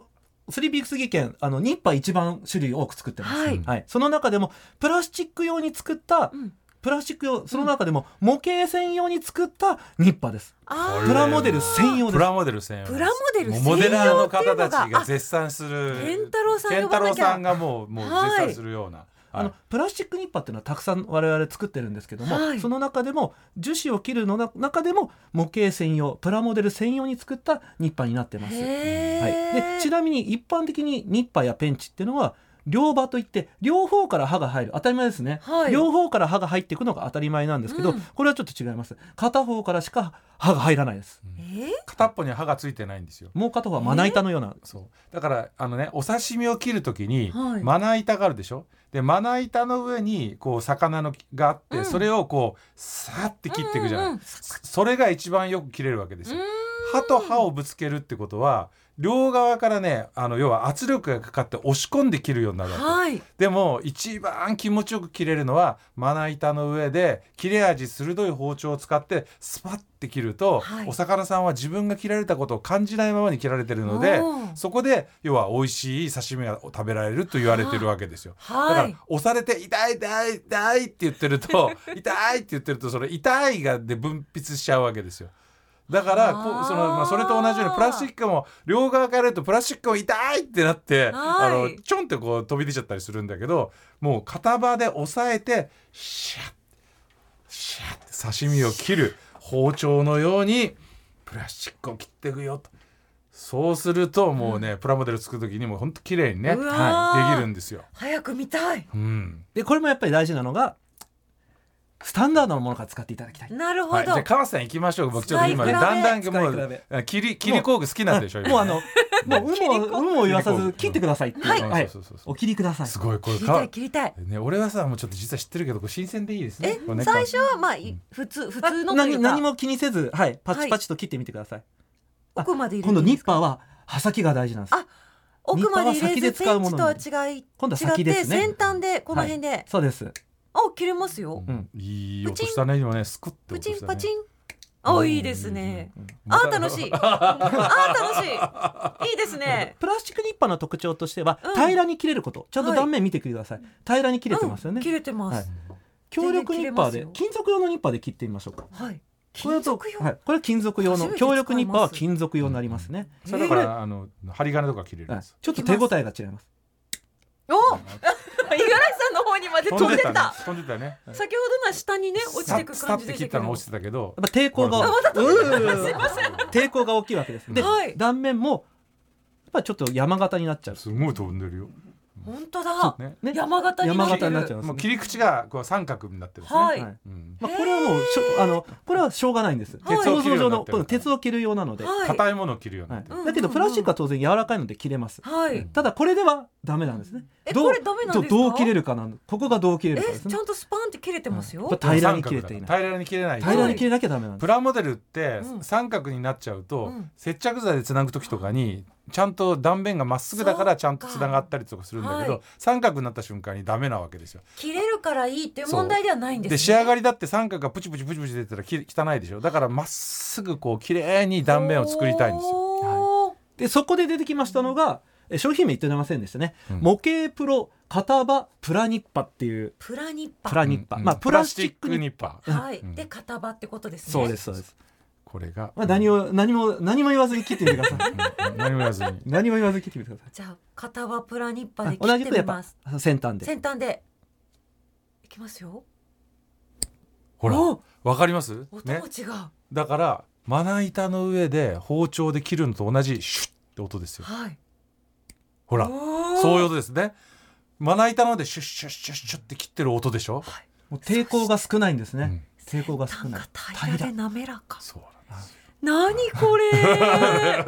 [SPEAKER 3] スリーピークス技研あのニッパー一番種類多く作ってます、
[SPEAKER 1] はい
[SPEAKER 3] その中でもプラスチック用に作った、
[SPEAKER 1] うん
[SPEAKER 3] プラスチック用その中でも模型専用に作ったニッパーです
[SPEAKER 1] あ
[SPEAKER 2] こ
[SPEAKER 1] ー
[SPEAKER 3] プラモデル専用
[SPEAKER 2] プ
[SPEAKER 3] です
[SPEAKER 2] ラモデル専用
[SPEAKER 1] プラモデル専
[SPEAKER 2] モ
[SPEAKER 1] 用っ
[SPEAKER 2] デ
[SPEAKER 1] ていうのが
[SPEAKER 2] ラーの方たちが絶賛する
[SPEAKER 1] あ健太郎さん
[SPEAKER 2] 健
[SPEAKER 1] 呼
[SPEAKER 2] 太
[SPEAKER 1] ば
[SPEAKER 2] 郎
[SPEAKER 1] なきゃ
[SPEAKER 2] さんがもうもう
[SPEAKER 1] はい
[SPEAKER 2] 絶賛するような
[SPEAKER 3] あ
[SPEAKER 2] はい
[SPEAKER 3] のプラスチックニッパーっていうのはたくさん我々作ってるんですけども、
[SPEAKER 1] はい
[SPEAKER 3] その中でも樹脂を切るのな中でも模型専用プラモデル専用に作ったニッパーになってます。
[SPEAKER 1] へ
[SPEAKER 3] はい、でちなみに一般的にニッパーやペンチっていうのは両刃といって両方から刃が入る当たり前ですね、
[SPEAKER 1] はい
[SPEAKER 3] 両方から刃が入っていくのが当たり前なんですけ
[SPEAKER 1] う
[SPEAKER 3] ど、
[SPEAKER 1] ん
[SPEAKER 3] これはちょっと違います片方からしか刃が入らないです
[SPEAKER 1] え
[SPEAKER 2] 片っぽに歯がついてないんですよ
[SPEAKER 3] もう片方はまな板のような、
[SPEAKER 2] そうだからあのねお刺身を切るときに、
[SPEAKER 1] はい
[SPEAKER 2] まな板があるでしょでまな板の上にこう魚のがあって、
[SPEAKER 1] うん
[SPEAKER 2] それをこうさーって切っていくじゃない、
[SPEAKER 1] うんうんうん
[SPEAKER 2] そそれが一番よく切れるわけですよ
[SPEAKER 1] うーん。
[SPEAKER 2] 歯と歯をぶつけるってことは両側からねあの要は圧力がかかって押し込んで切るようになるわけ、
[SPEAKER 1] はい
[SPEAKER 2] でも一番気持ちよく切れるのはまな板の上で切れ味鋭い包丁を使ってスパッて切ると、
[SPEAKER 1] はい
[SPEAKER 2] お魚さんは自分が切られたことを感じないままに切られてるので
[SPEAKER 1] おー
[SPEAKER 2] そこで要は美味しい刺身が食べられると言われてるわけですよ。だか
[SPEAKER 1] は
[SPEAKER 2] ら
[SPEAKER 1] い
[SPEAKER 2] 押されて「痛い痛い痛い」って言って
[SPEAKER 1] [LAUGHS]
[SPEAKER 2] ると「痛い」って言ってるとそれ「痛い」がで分泌しちゃうわけですよ。だからこ
[SPEAKER 1] あー
[SPEAKER 2] うその、まあ、それと同じようにプラスチックも両側からやるとプラスチックも痛いってなってあ
[SPEAKER 1] は
[SPEAKER 2] の
[SPEAKER 1] い
[SPEAKER 2] ちょんってこう飛び出ちゃったりするんだけどもう片場で押さえてシャッシャッて刺身を切る包丁のようにプラスチックを切っていくよと。そうするともうね、プラモデル作る時にもほんと綺麗にね、
[SPEAKER 1] うわー
[SPEAKER 2] はい、できるんですよ。
[SPEAKER 1] 早く見たい
[SPEAKER 2] うん
[SPEAKER 3] でこれもやっぱり大事なのがスタンダードのものから使っていただきたい
[SPEAKER 1] なるほど、
[SPEAKER 2] はい、じゃあ川瀬さん行きましょう。僕ちょっと今ね
[SPEAKER 1] 使い比べ
[SPEAKER 2] だんだんも
[SPEAKER 3] 使いう比
[SPEAKER 2] あ切り切り工具好きなんでしょ。
[SPEAKER 3] もう
[SPEAKER 2] 今
[SPEAKER 3] あ
[SPEAKER 2] ね [LAUGHS]
[SPEAKER 3] の、もう、有無を、有無を言わさず、切ってくださいっていう。
[SPEAKER 2] はい
[SPEAKER 3] はい
[SPEAKER 2] そうそうそうそう
[SPEAKER 3] お切りください。
[SPEAKER 2] すごいこれ
[SPEAKER 1] 切りたい
[SPEAKER 2] 川
[SPEAKER 1] 切りたい
[SPEAKER 2] ね俺はさもうちょっと実は知ってるけどこれ新鮮でいいですね。
[SPEAKER 1] え
[SPEAKER 2] これね
[SPEAKER 1] 最初はまあい普通普通のという
[SPEAKER 3] 何、
[SPEAKER 1] か
[SPEAKER 3] 何も気にせず、はい、パ
[SPEAKER 1] は
[SPEAKER 3] チ
[SPEAKER 1] い
[SPEAKER 3] パチと切ってみてください。
[SPEAKER 1] 奥まで入れて
[SPEAKER 3] 今度
[SPEAKER 1] いいで
[SPEAKER 3] ニッ
[SPEAKER 1] すか
[SPEAKER 3] パーは、刃先が大事なんです。
[SPEAKER 1] あ奥まで入れず
[SPEAKER 3] ニッパーは先で
[SPEAKER 1] ペ
[SPEAKER 3] 使う
[SPEAKER 1] ン
[SPEAKER 3] も
[SPEAKER 1] チ
[SPEAKER 3] の
[SPEAKER 1] とは違い
[SPEAKER 3] 今度は
[SPEAKER 1] 違
[SPEAKER 3] 先
[SPEAKER 1] っ
[SPEAKER 3] で
[SPEAKER 1] て
[SPEAKER 3] すね
[SPEAKER 1] 先端でこの辺で、
[SPEAKER 3] そうです。
[SPEAKER 1] あ切れますよ
[SPEAKER 3] うん
[SPEAKER 2] いい音したね今ねスクッて
[SPEAKER 1] プ
[SPEAKER 2] 音
[SPEAKER 1] チ
[SPEAKER 2] し
[SPEAKER 1] ン
[SPEAKER 2] たね。
[SPEAKER 1] パチンあいいですね
[SPEAKER 2] うん。
[SPEAKER 1] あー楽し
[SPEAKER 2] [LAUGHS]
[SPEAKER 1] いあー楽しいいいです
[SPEAKER 3] [LAUGHS]
[SPEAKER 1] ね
[SPEAKER 3] プラスチックニッパーの特徴としては
[SPEAKER 1] うん、
[SPEAKER 3] 平らに切れること。ちゃんと
[SPEAKER 1] はい
[SPEAKER 3] 断面見てください。平らに切れてますよ
[SPEAKER 1] うん
[SPEAKER 3] ね
[SPEAKER 1] 切。れてま
[SPEAKER 3] はい
[SPEAKER 1] す
[SPEAKER 3] 強力ニ
[SPEAKER 1] 全然切れ
[SPEAKER 3] ッパーで
[SPEAKER 1] ますよ、
[SPEAKER 3] 金属用のニッパーで切ってみましょうか。
[SPEAKER 1] はい
[SPEAKER 3] こ
[SPEAKER 1] 金
[SPEAKER 3] れだと
[SPEAKER 1] 属用、
[SPEAKER 3] はいこれ金属用
[SPEAKER 1] 初め
[SPEAKER 3] の、
[SPEAKER 1] て
[SPEAKER 3] 強力ニッパーは
[SPEAKER 1] 使い
[SPEAKER 3] 金属用になりますね。
[SPEAKER 2] それだ
[SPEAKER 1] えー
[SPEAKER 2] か
[SPEAKER 1] これ
[SPEAKER 2] らあの針金とか切れるん
[SPEAKER 3] はい
[SPEAKER 2] です。
[SPEAKER 3] ちょっと手応えが違います。
[SPEAKER 1] お五十嵐さんの方にまで飛んでった
[SPEAKER 2] 飛んでたね。
[SPEAKER 1] 先ほどのは下にね落ちてく
[SPEAKER 2] スタッ
[SPEAKER 1] 感
[SPEAKER 2] ス
[SPEAKER 1] じで
[SPEAKER 2] タッ
[SPEAKER 1] し
[SPEAKER 2] て切
[SPEAKER 1] た
[SPEAKER 2] っ
[SPEAKER 1] け
[SPEAKER 2] たの
[SPEAKER 1] ど
[SPEAKER 2] 落ちてたけど
[SPEAKER 3] やっぱ抵抗が、
[SPEAKER 2] あ
[SPEAKER 1] また飛んでた
[SPEAKER 3] うん
[SPEAKER 1] すいません
[SPEAKER 3] 抵抗が大きいわけです。で、
[SPEAKER 1] はい
[SPEAKER 3] 断面もやっぱりちょっと山形になっちゃう。
[SPEAKER 2] すごい飛んでるよ。
[SPEAKER 1] 本当だ、
[SPEAKER 2] ね
[SPEAKER 3] ね
[SPEAKER 1] 山形になってる
[SPEAKER 3] 山形になっちゃいます
[SPEAKER 2] もう
[SPEAKER 3] ね
[SPEAKER 2] 切り口がこう三角になってるんですね。
[SPEAKER 1] はい
[SPEAKER 2] うん
[SPEAKER 3] まあ、これはもうしょあのこれはしょうがないんです
[SPEAKER 1] はい
[SPEAKER 3] 想像上の
[SPEAKER 2] 鉄を切るようになってる
[SPEAKER 3] この鉄を切る用なので、は
[SPEAKER 1] はい
[SPEAKER 2] 硬いものを切るようになってる。
[SPEAKER 1] うん
[SPEAKER 3] い、だけどプラスチックは当然柔らかいので切れます
[SPEAKER 1] はい
[SPEAKER 3] ただこれではダメなんですね
[SPEAKER 1] え
[SPEAKER 3] どう
[SPEAKER 1] これダメなんですか
[SPEAKER 3] どう切れるかなんここがどう切れるかで
[SPEAKER 1] え
[SPEAKER 3] す
[SPEAKER 1] ち
[SPEAKER 3] ね
[SPEAKER 1] ゃんとスパンって切れてますよ、
[SPEAKER 3] はい平らに切れていない
[SPEAKER 2] 平らに切れないと
[SPEAKER 3] 平らに切れなきゃダメなんです
[SPEAKER 2] プラモデルって
[SPEAKER 1] うん
[SPEAKER 2] 三角になっちゃうと、
[SPEAKER 1] うん
[SPEAKER 2] 接着剤でつなぐ時とかにちゃんと断面がまっすぐだからちゃんとつながったりとかするんだけど、
[SPEAKER 1] はい
[SPEAKER 2] 三角になった瞬間にダメなわけですよ。
[SPEAKER 1] 切れるからいいっていう問題ではないんです、ね、
[SPEAKER 2] で仕上が
[SPEAKER 1] り
[SPEAKER 2] りだって三角がプチプチプチプチ出てたらき汚いでしょだからまっすぐこう綺麗に断面を作りたいんですよ。
[SPEAKER 1] よ、
[SPEAKER 3] でそこで出てきましたのがえ商品名言っておりませんでしたね、
[SPEAKER 2] うん
[SPEAKER 3] 模型プロ型場プラニッパっていう
[SPEAKER 1] プラニッパ
[SPEAKER 3] プラニッパ、
[SPEAKER 2] うん
[SPEAKER 3] まあプラスチック
[SPEAKER 2] プラ
[SPEAKER 3] に
[SPEAKER 2] ニッパー
[SPEAKER 1] はい、
[SPEAKER 2] うん
[SPEAKER 1] で型場ってことですね
[SPEAKER 3] そうですそうです、
[SPEAKER 2] これが、
[SPEAKER 3] まあ、何を何も何も言わずに切ってみてください
[SPEAKER 2] うん何も言わずに
[SPEAKER 3] 何も言わずに切ってみてください
[SPEAKER 1] じゃあ型場プラニッパで
[SPEAKER 3] あ同
[SPEAKER 1] 切
[SPEAKER 3] じ
[SPEAKER 1] っ
[SPEAKER 3] く
[SPEAKER 1] てみ
[SPEAKER 3] やっぱ
[SPEAKER 1] ます
[SPEAKER 3] 先端で
[SPEAKER 1] 先端でいきますよ
[SPEAKER 2] ほら
[SPEAKER 1] お
[SPEAKER 2] わかります
[SPEAKER 1] 音
[SPEAKER 2] ね
[SPEAKER 1] も違う、
[SPEAKER 2] だからまな板の上で包丁で切るのと同じシュッって音ですよ
[SPEAKER 1] はい
[SPEAKER 2] ほらそう
[SPEAKER 1] そ
[SPEAKER 2] いう音ですねまな板の上でシュッシュッシュッシュッって切ってる音でしょ
[SPEAKER 3] もう抵抗が少ないんですね、
[SPEAKER 2] うん
[SPEAKER 3] 抵抗が少
[SPEAKER 1] なん
[SPEAKER 3] ない
[SPEAKER 1] か平らで滑らか
[SPEAKER 2] そう
[SPEAKER 1] 何こ
[SPEAKER 2] [LAUGHS]
[SPEAKER 1] れ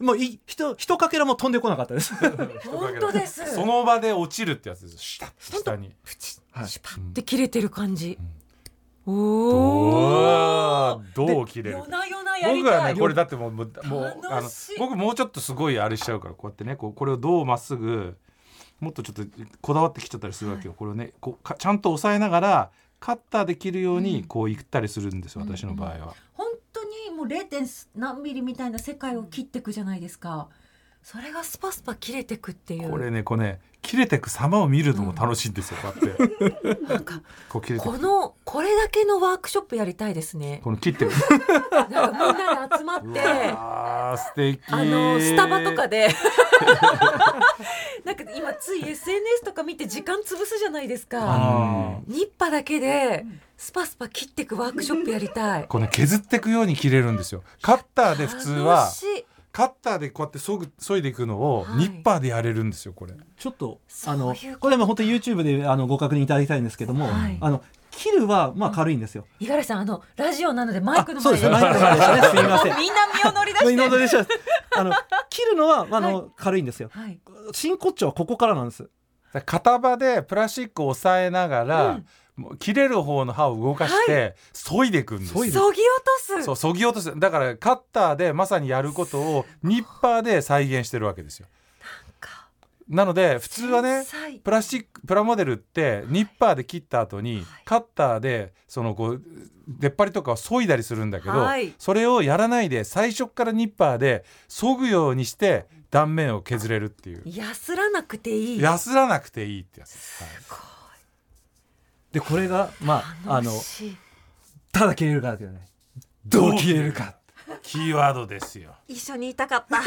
[SPEAKER 3] もういひとひとかけらも飛んでこなかったです
[SPEAKER 2] なんですよ
[SPEAKER 1] 本当です
[SPEAKER 2] [LAUGHS] その場で落ちるってやつです下下に
[SPEAKER 1] プチ
[SPEAKER 3] はい
[SPEAKER 1] シュパって切れてる感じ、
[SPEAKER 2] ど
[SPEAKER 1] おお
[SPEAKER 2] うどう切れるか
[SPEAKER 1] 夜な夜なやり
[SPEAKER 2] 僕
[SPEAKER 1] たい
[SPEAKER 2] はねこれだってもうもうもうあの
[SPEAKER 1] 楽しい
[SPEAKER 2] 僕もうちょっとすごいあれしちゃうからこうやってねこうこれをどうまっすぐもっとちょっとこだわってきちゃったりするわけよ、これをねこうかちゃんと押さえながらカッターで切るようにこういったりするんですよ、私の場合は。
[SPEAKER 1] 本当にもう 0. 点何ミリみたいな世界を切っていくじゃないですかそれがスパスパ切れてくっていう
[SPEAKER 2] これねこうね切れてく様を見るのも楽しいんですよ、こうやっ
[SPEAKER 1] [LAUGHS]
[SPEAKER 2] て
[SPEAKER 1] なんか
[SPEAKER 2] こう切れて
[SPEAKER 1] こ
[SPEAKER 2] く
[SPEAKER 1] のこれだけのワークショップやりたいですね
[SPEAKER 2] この切ってく
[SPEAKER 1] なんかみんなで集まっ
[SPEAKER 2] う
[SPEAKER 1] て
[SPEAKER 2] わー素敵
[SPEAKER 1] あのスタバとかで [LAUGHS] なんか今つい SNS とか見て時間潰すじゃないですか
[SPEAKER 2] あ
[SPEAKER 1] ニッパだけでスパスパ切ってくワークショップやりたい
[SPEAKER 2] こうね削ってくように切れるんですよカッターで普通は
[SPEAKER 1] 楽しい
[SPEAKER 2] カッターでこうやってそぐ削いでいくのを
[SPEAKER 1] はい
[SPEAKER 2] ニッパーでやれるんですよこれ。
[SPEAKER 3] ちょっと
[SPEAKER 1] そう
[SPEAKER 3] あ
[SPEAKER 1] いうこ
[SPEAKER 3] の
[SPEAKER 1] と
[SPEAKER 3] これも本当に YouTube であのご確認いただきたいんですけども、
[SPEAKER 1] はい
[SPEAKER 3] あの切るはまあ軽いんですよ、
[SPEAKER 1] 五十嵐さんあのラジオなのでマイクの
[SPEAKER 3] あそう
[SPEAKER 1] 前
[SPEAKER 3] です
[SPEAKER 1] [LAUGHS]
[SPEAKER 3] ねマイクの前でしたねすいません
[SPEAKER 1] みんな身を乗り出して
[SPEAKER 3] 二度でしょあの切るのは、まあ、あの、軽いんですよ
[SPEAKER 1] はい、
[SPEAKER 3] 真骨頂はここからなんです
[SPEAKER 2] だから片場でプラスチックを押さえながら、もう切れる方の刃を動かして削いでいくんですよ、
[SPEAKER 3] 削いで
[SPEAKER 1] そぎ落と
[SPEAKER 2] そ
[SPEAKER 1] す
[SPEAKER 2] う削ぎ落とすだからカッターでまさにやることをニッパーで再現してるわけですよ
[SPEAKER 1] か
[SPEAKER 2] なので普通はね
[SPEAKER 1] 繊細
[SPEAKER 2] プラスチックプラモデルってニッパーで切った後にカッターでそのこう出っ張りとかを削いだりするんだけど、
[SPEAKER 1] はい
[SPEAKER 2] それをやらないで最初からニッパーで削ぐようにして断面を削れるっていう
[SPEAKER 1] 安らなくていい
[SPEAKER 2] やすらなくていいってやつです、はい
[SPEAKER 3] でこれがまああの
[SPEAKER 1] 楽しい
[SPEAKER 3] ただ切れるからではないどう切れるか
[SPEAKER 2] キーワードです
[SPEAKER 1] [LAUGHS]
[SPEAKER 2] よ。
[SPEAKER 1] 一緒にいたかった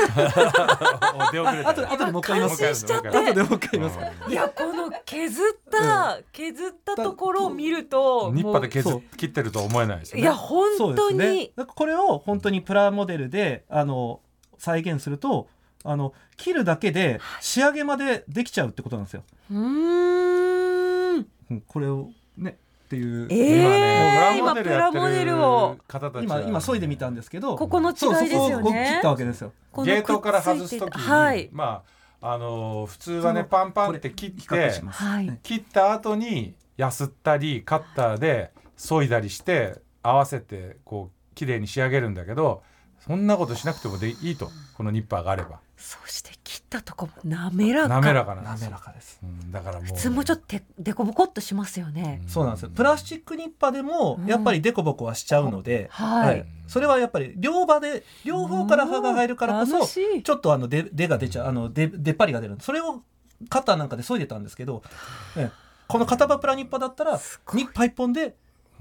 [SPEAKER 2] 出遅れた
[SPEAKER 3] あとあとでもう一回言います
[SPEAKER 1] 感心しちゃって
[SPEAKER 2] もう一
[SPEAKER 3] あ
[SPEAKER 2] 回
[SPEAKER 3] とでもう一回言います
[SPEAKER 2] うん
[SPEAKER 1] いやこの削った削ったところを見ると
[SPEAKER 2] ニッパで
[SPEAKER 1] も
[SPEAKER 2] 削
[SPEAKER 3] そ
[SPEAKER 2] っ
[SPEAKER 3] う
[SPEAKER 2] 切ってるとは思えないです
[SPEAKER 1] う
[SPEAKER 2] よ
[SPEAKER 1] い
[SPEAKER 2] ね
[SPEAKER 1] や。本
[SPEAKER 3] そうで
[SPEAKER 1] 当
[SPEAKER 3] す
[SPEAKER 1] に、
[SPEAKER 3] ねだからこれを本当にプラモデルであの再現するとあの切るだけで仕上げまでできちゃうってことなんですよ、
[SPEAKER 1] うーん
[SPEAKER 3] うんこれをねっていう
[SPEAKER 1] えー今プラモデルを
[SPEAKER 2] 方たち
[SPEAKER 3] 今今削いでみたん
[SPEAKER 2] で
[SPEAKER 3] ですけど
[SPEAKER 1] ここの違
[SPEAKER 3] そうそ
[SPEAKER 1] いです
[SPEAKER 3] こを
[SPEAKER 1] よ
[SPEAKER 3] こう切
[SPEAKER 1] ね
[SPEAKER 3] ったわけですよ
[SPEAKER 1] この
[SPEAKER 2] ゲートから外
[SPEAKER 1] く
[SPEAKER 2] す
[SPEAKER 1] っ
[SPEAKER 2] と
[SPEAKER 1] つい
[SPEAKER 2] き
[SPEAKER 1] て
[SPEAKER 2] に、
[SPEAKER 1] はい
[SPEAKER 2] まああのー普通はねパンパンって切っ
[SPEAKER 3] 比較
[SPEAKER 2] て
[SPEAKER 3] します、
[SPEAKER 1] はい
[SPEAKER 2] 切った後にやすったりカッターで削いだりして合わせてこう綺麗に仕上げるんだけどそんなことしなくてもでいいとこのニッパーがあれば
[SPEAKER 1] そして切ったとこも滑らか
[SPEAKER 2] 滑らかなんです
[SPEAKER 3] 滑
[SPEAKER 2] よ
[SPEAKER 3] らかです
[SPEAKER 2] うんだからもう
[SPEAKER 1] 普通もちょっとででこぼこっとしますよね、
[SPEAKER 3] そうなんですよプラスチックニッパでも
[SPEAKER 1] うん
[SPEAKER 3] やっぱりデコボコはしちゃうので、
[SPEAKER 1] はい
[SPEAKER 3] それはやっぱり両刃で両方から刃が入るからこ
[SPEAKER 1] うん
[SPEAKER 3] そ
[SPEAKER 1] 楽しい
[SPEAKER 3] ちょっとあの出出が出ちゃうあの出出っ張りが出るそれを肩なんかで削いでたんですけど、ええこの片刃プラニッパだったらニッパ一本で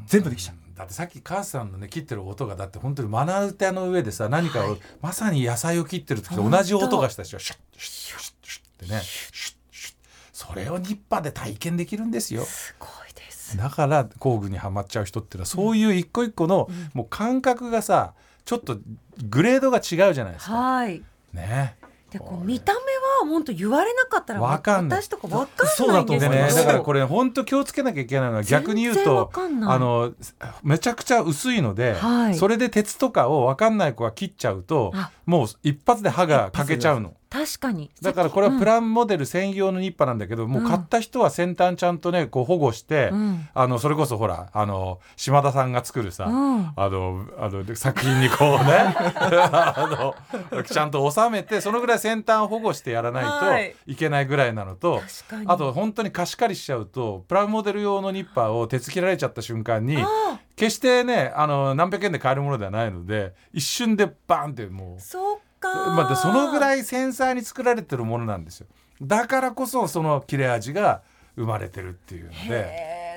[SPEAKER 3] 全部できちゃう。
[SPEAKER 2] だってさっき母さんのね切ってる音がだって本当にまな板の上でさ何かを、まさに野菜を切ってる時と同じ音がしたでしょシュッシュッシュッシュッってねシュッシュッそれをニッパで体験できるんですよ
[SPEAKER 1] すごいです
[SPEAKER 2] だから工具にはまっちゃう人っていうのはそういう一個一個の、もう感覚がさちょっとグレードが違うじゃないですか、
[SPEAKER 1] はい
[SPEAKER 2] ね
[SPEAKER 1] でこう見た目は本当言われなかったら
[SPEAKER 2] わかんない
[SPEAKER 1] 私とかわかん
[SPEAKER 3] そう
[SPEAKER 1] な
[SPEAKER 3] だ
[SPEAKER 1] いん
[SPEAKER 3] と思
[SPEAKER 1] です
[SPEAKER 3] い
[SPEAKER 2] で
[SPEAKER 1] よ
[SPEAKER 3] ま
[SPEAKER 2] ね
[SPEAKER 3] す
[SPEAKER 2] だからこれ本当気をつけなきゃいけないのは逆に言う
[SPEAKER 1] 全然わ
[SPEAKER 2] と
[SPEAKER 1] かんない
[SPEAKER 2] あのめちゃくちゃ薄いので、
[SPEAKER 1] はい
[SPEAKER 2] それで鉄とかを分かんない子が切っちゃうと
[SPEAKER 1] あ
[SPEAKER 2] もう一発で歯が欠けちゃうの
[SPEAKER 1] 確かに
[SPEAKER 2] だからこれはプ
[SPEAKER 1] ラ
[SPEAKER 2] ランモデル専用のニッパなんだけど、もう買った人は先端ちゃんとねこう保護して、
[SPEAKER 1] うん
[SPEAKER 2] あのそれこそほらあの島田さんが作るさ、
[SPEAKER 1] うん
[SPEAKER 2] あのあので作品にこうね [LAUGHS] あのちゃんと収めてそのぐらい先端を保護してやら
[SPEAKER 1] は
[SPEAKER 2] ない
[SPEAKER 1] い
[SPEAKER 2] といけないぐらいなのと、
[SPEAKER 1] 確かに
[SPEAKER 2] あと本当に貸し借りしちゃうとプラモデル用のニッパーを手つけられちゃった瞬間に
[SPEAKER 1] あ
[SPEAKER 2] 決してねあの何百円で買えるものではないので一瞬でバーンってもう
[SPEAKER 1] そうか
[SPEAKER 2] まあでそのぐら
[SPEAKER 1] い
[SPEAKER 2] い繊細に作られてるものなんですよだからこそその切れ味が生まれてるっていうので
[SPEAKER 1] へ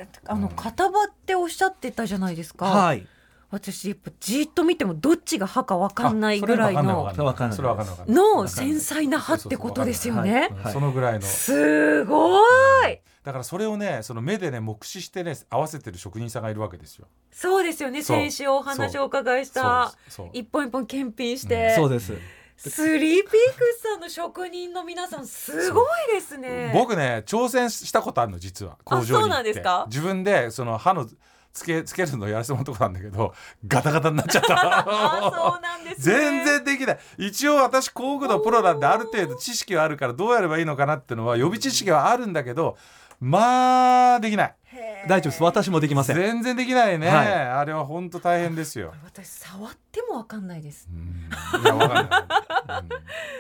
[SPEAKER 1] えあの型場っておっしゃってたじゃないですか、
[SPEAKER 3] はい
[SPEAKER 1] 私やっぱじーっと見てもどっちが歯かわかんないぐらいの
[SPEAKER 2] あそれは分かんないそ
[SPEAKER 3] それ
[SPEAKER 2] れ
[SPEAKER 3] は
[SPEAKER 2] は
[SPEAKER 3] 分
[SPEAKER 2] 分
[SPEAKER 3] か
[SPEAKER 2] か
[SPEAKER 3] ん
[SPEAKER 2] ん
[SPEAKER 3] な
[SPEAKER 2] ないい
[SPEAKER 1] の繊細な歯ってことですよね
[SPEAKER 3] そうそうそうわかんないは
[SPEAKER 2] そのぐらいの
[SPEAKER 1] すごい
[SPEAKER 2] だからそれをねその目でね目視してね合わせてる職人さんがいるわけですよ。
[SPEAKER 1] そうですよね
[SPEAKER 2] そう
[SPEAKER 1] 先週お話をお伺いし
[SPEAKER 2] そう
[SPEAKER 1] た
[SPEAKER 2] そう
[SPEAKER 1] 一本一本検品して、
[SPEAKER 3] そうです
[SPEAKER 1] スリーピークスさんの職人の皆さんすごいですね。
[SPEAKER 2] 僕ね挑戦したことあるの実は工場に行って
[SPEAKER 1] そうなんですか
[SPEAKER 2] 自分でその歯のつけつけるのやらせてもらったことなんだけどガタガタになっちゃ
[SPEAKER 1] [LAUGHS]
[SPEAKER 2] った
[SPEAKER 1] あそうなんです、ね、
[SPEAKER 2] 全然できない一応私工具のプロなんである程度知識はあるからどうやればいいのかなってのは予備知識はあるんだけどまあできない
[SPEAKER 1] へー
[SPEAKER 3] 大丈夫です私もできません
[SPEAKER 2] 全然できないね、
[SPEAKER 3] はい
[SPEAKER 2] あれは本当大変ですよ
[SPEAKER 1] 私触ってもわかんないです。
[SPEAKER 2] うんいやわかんない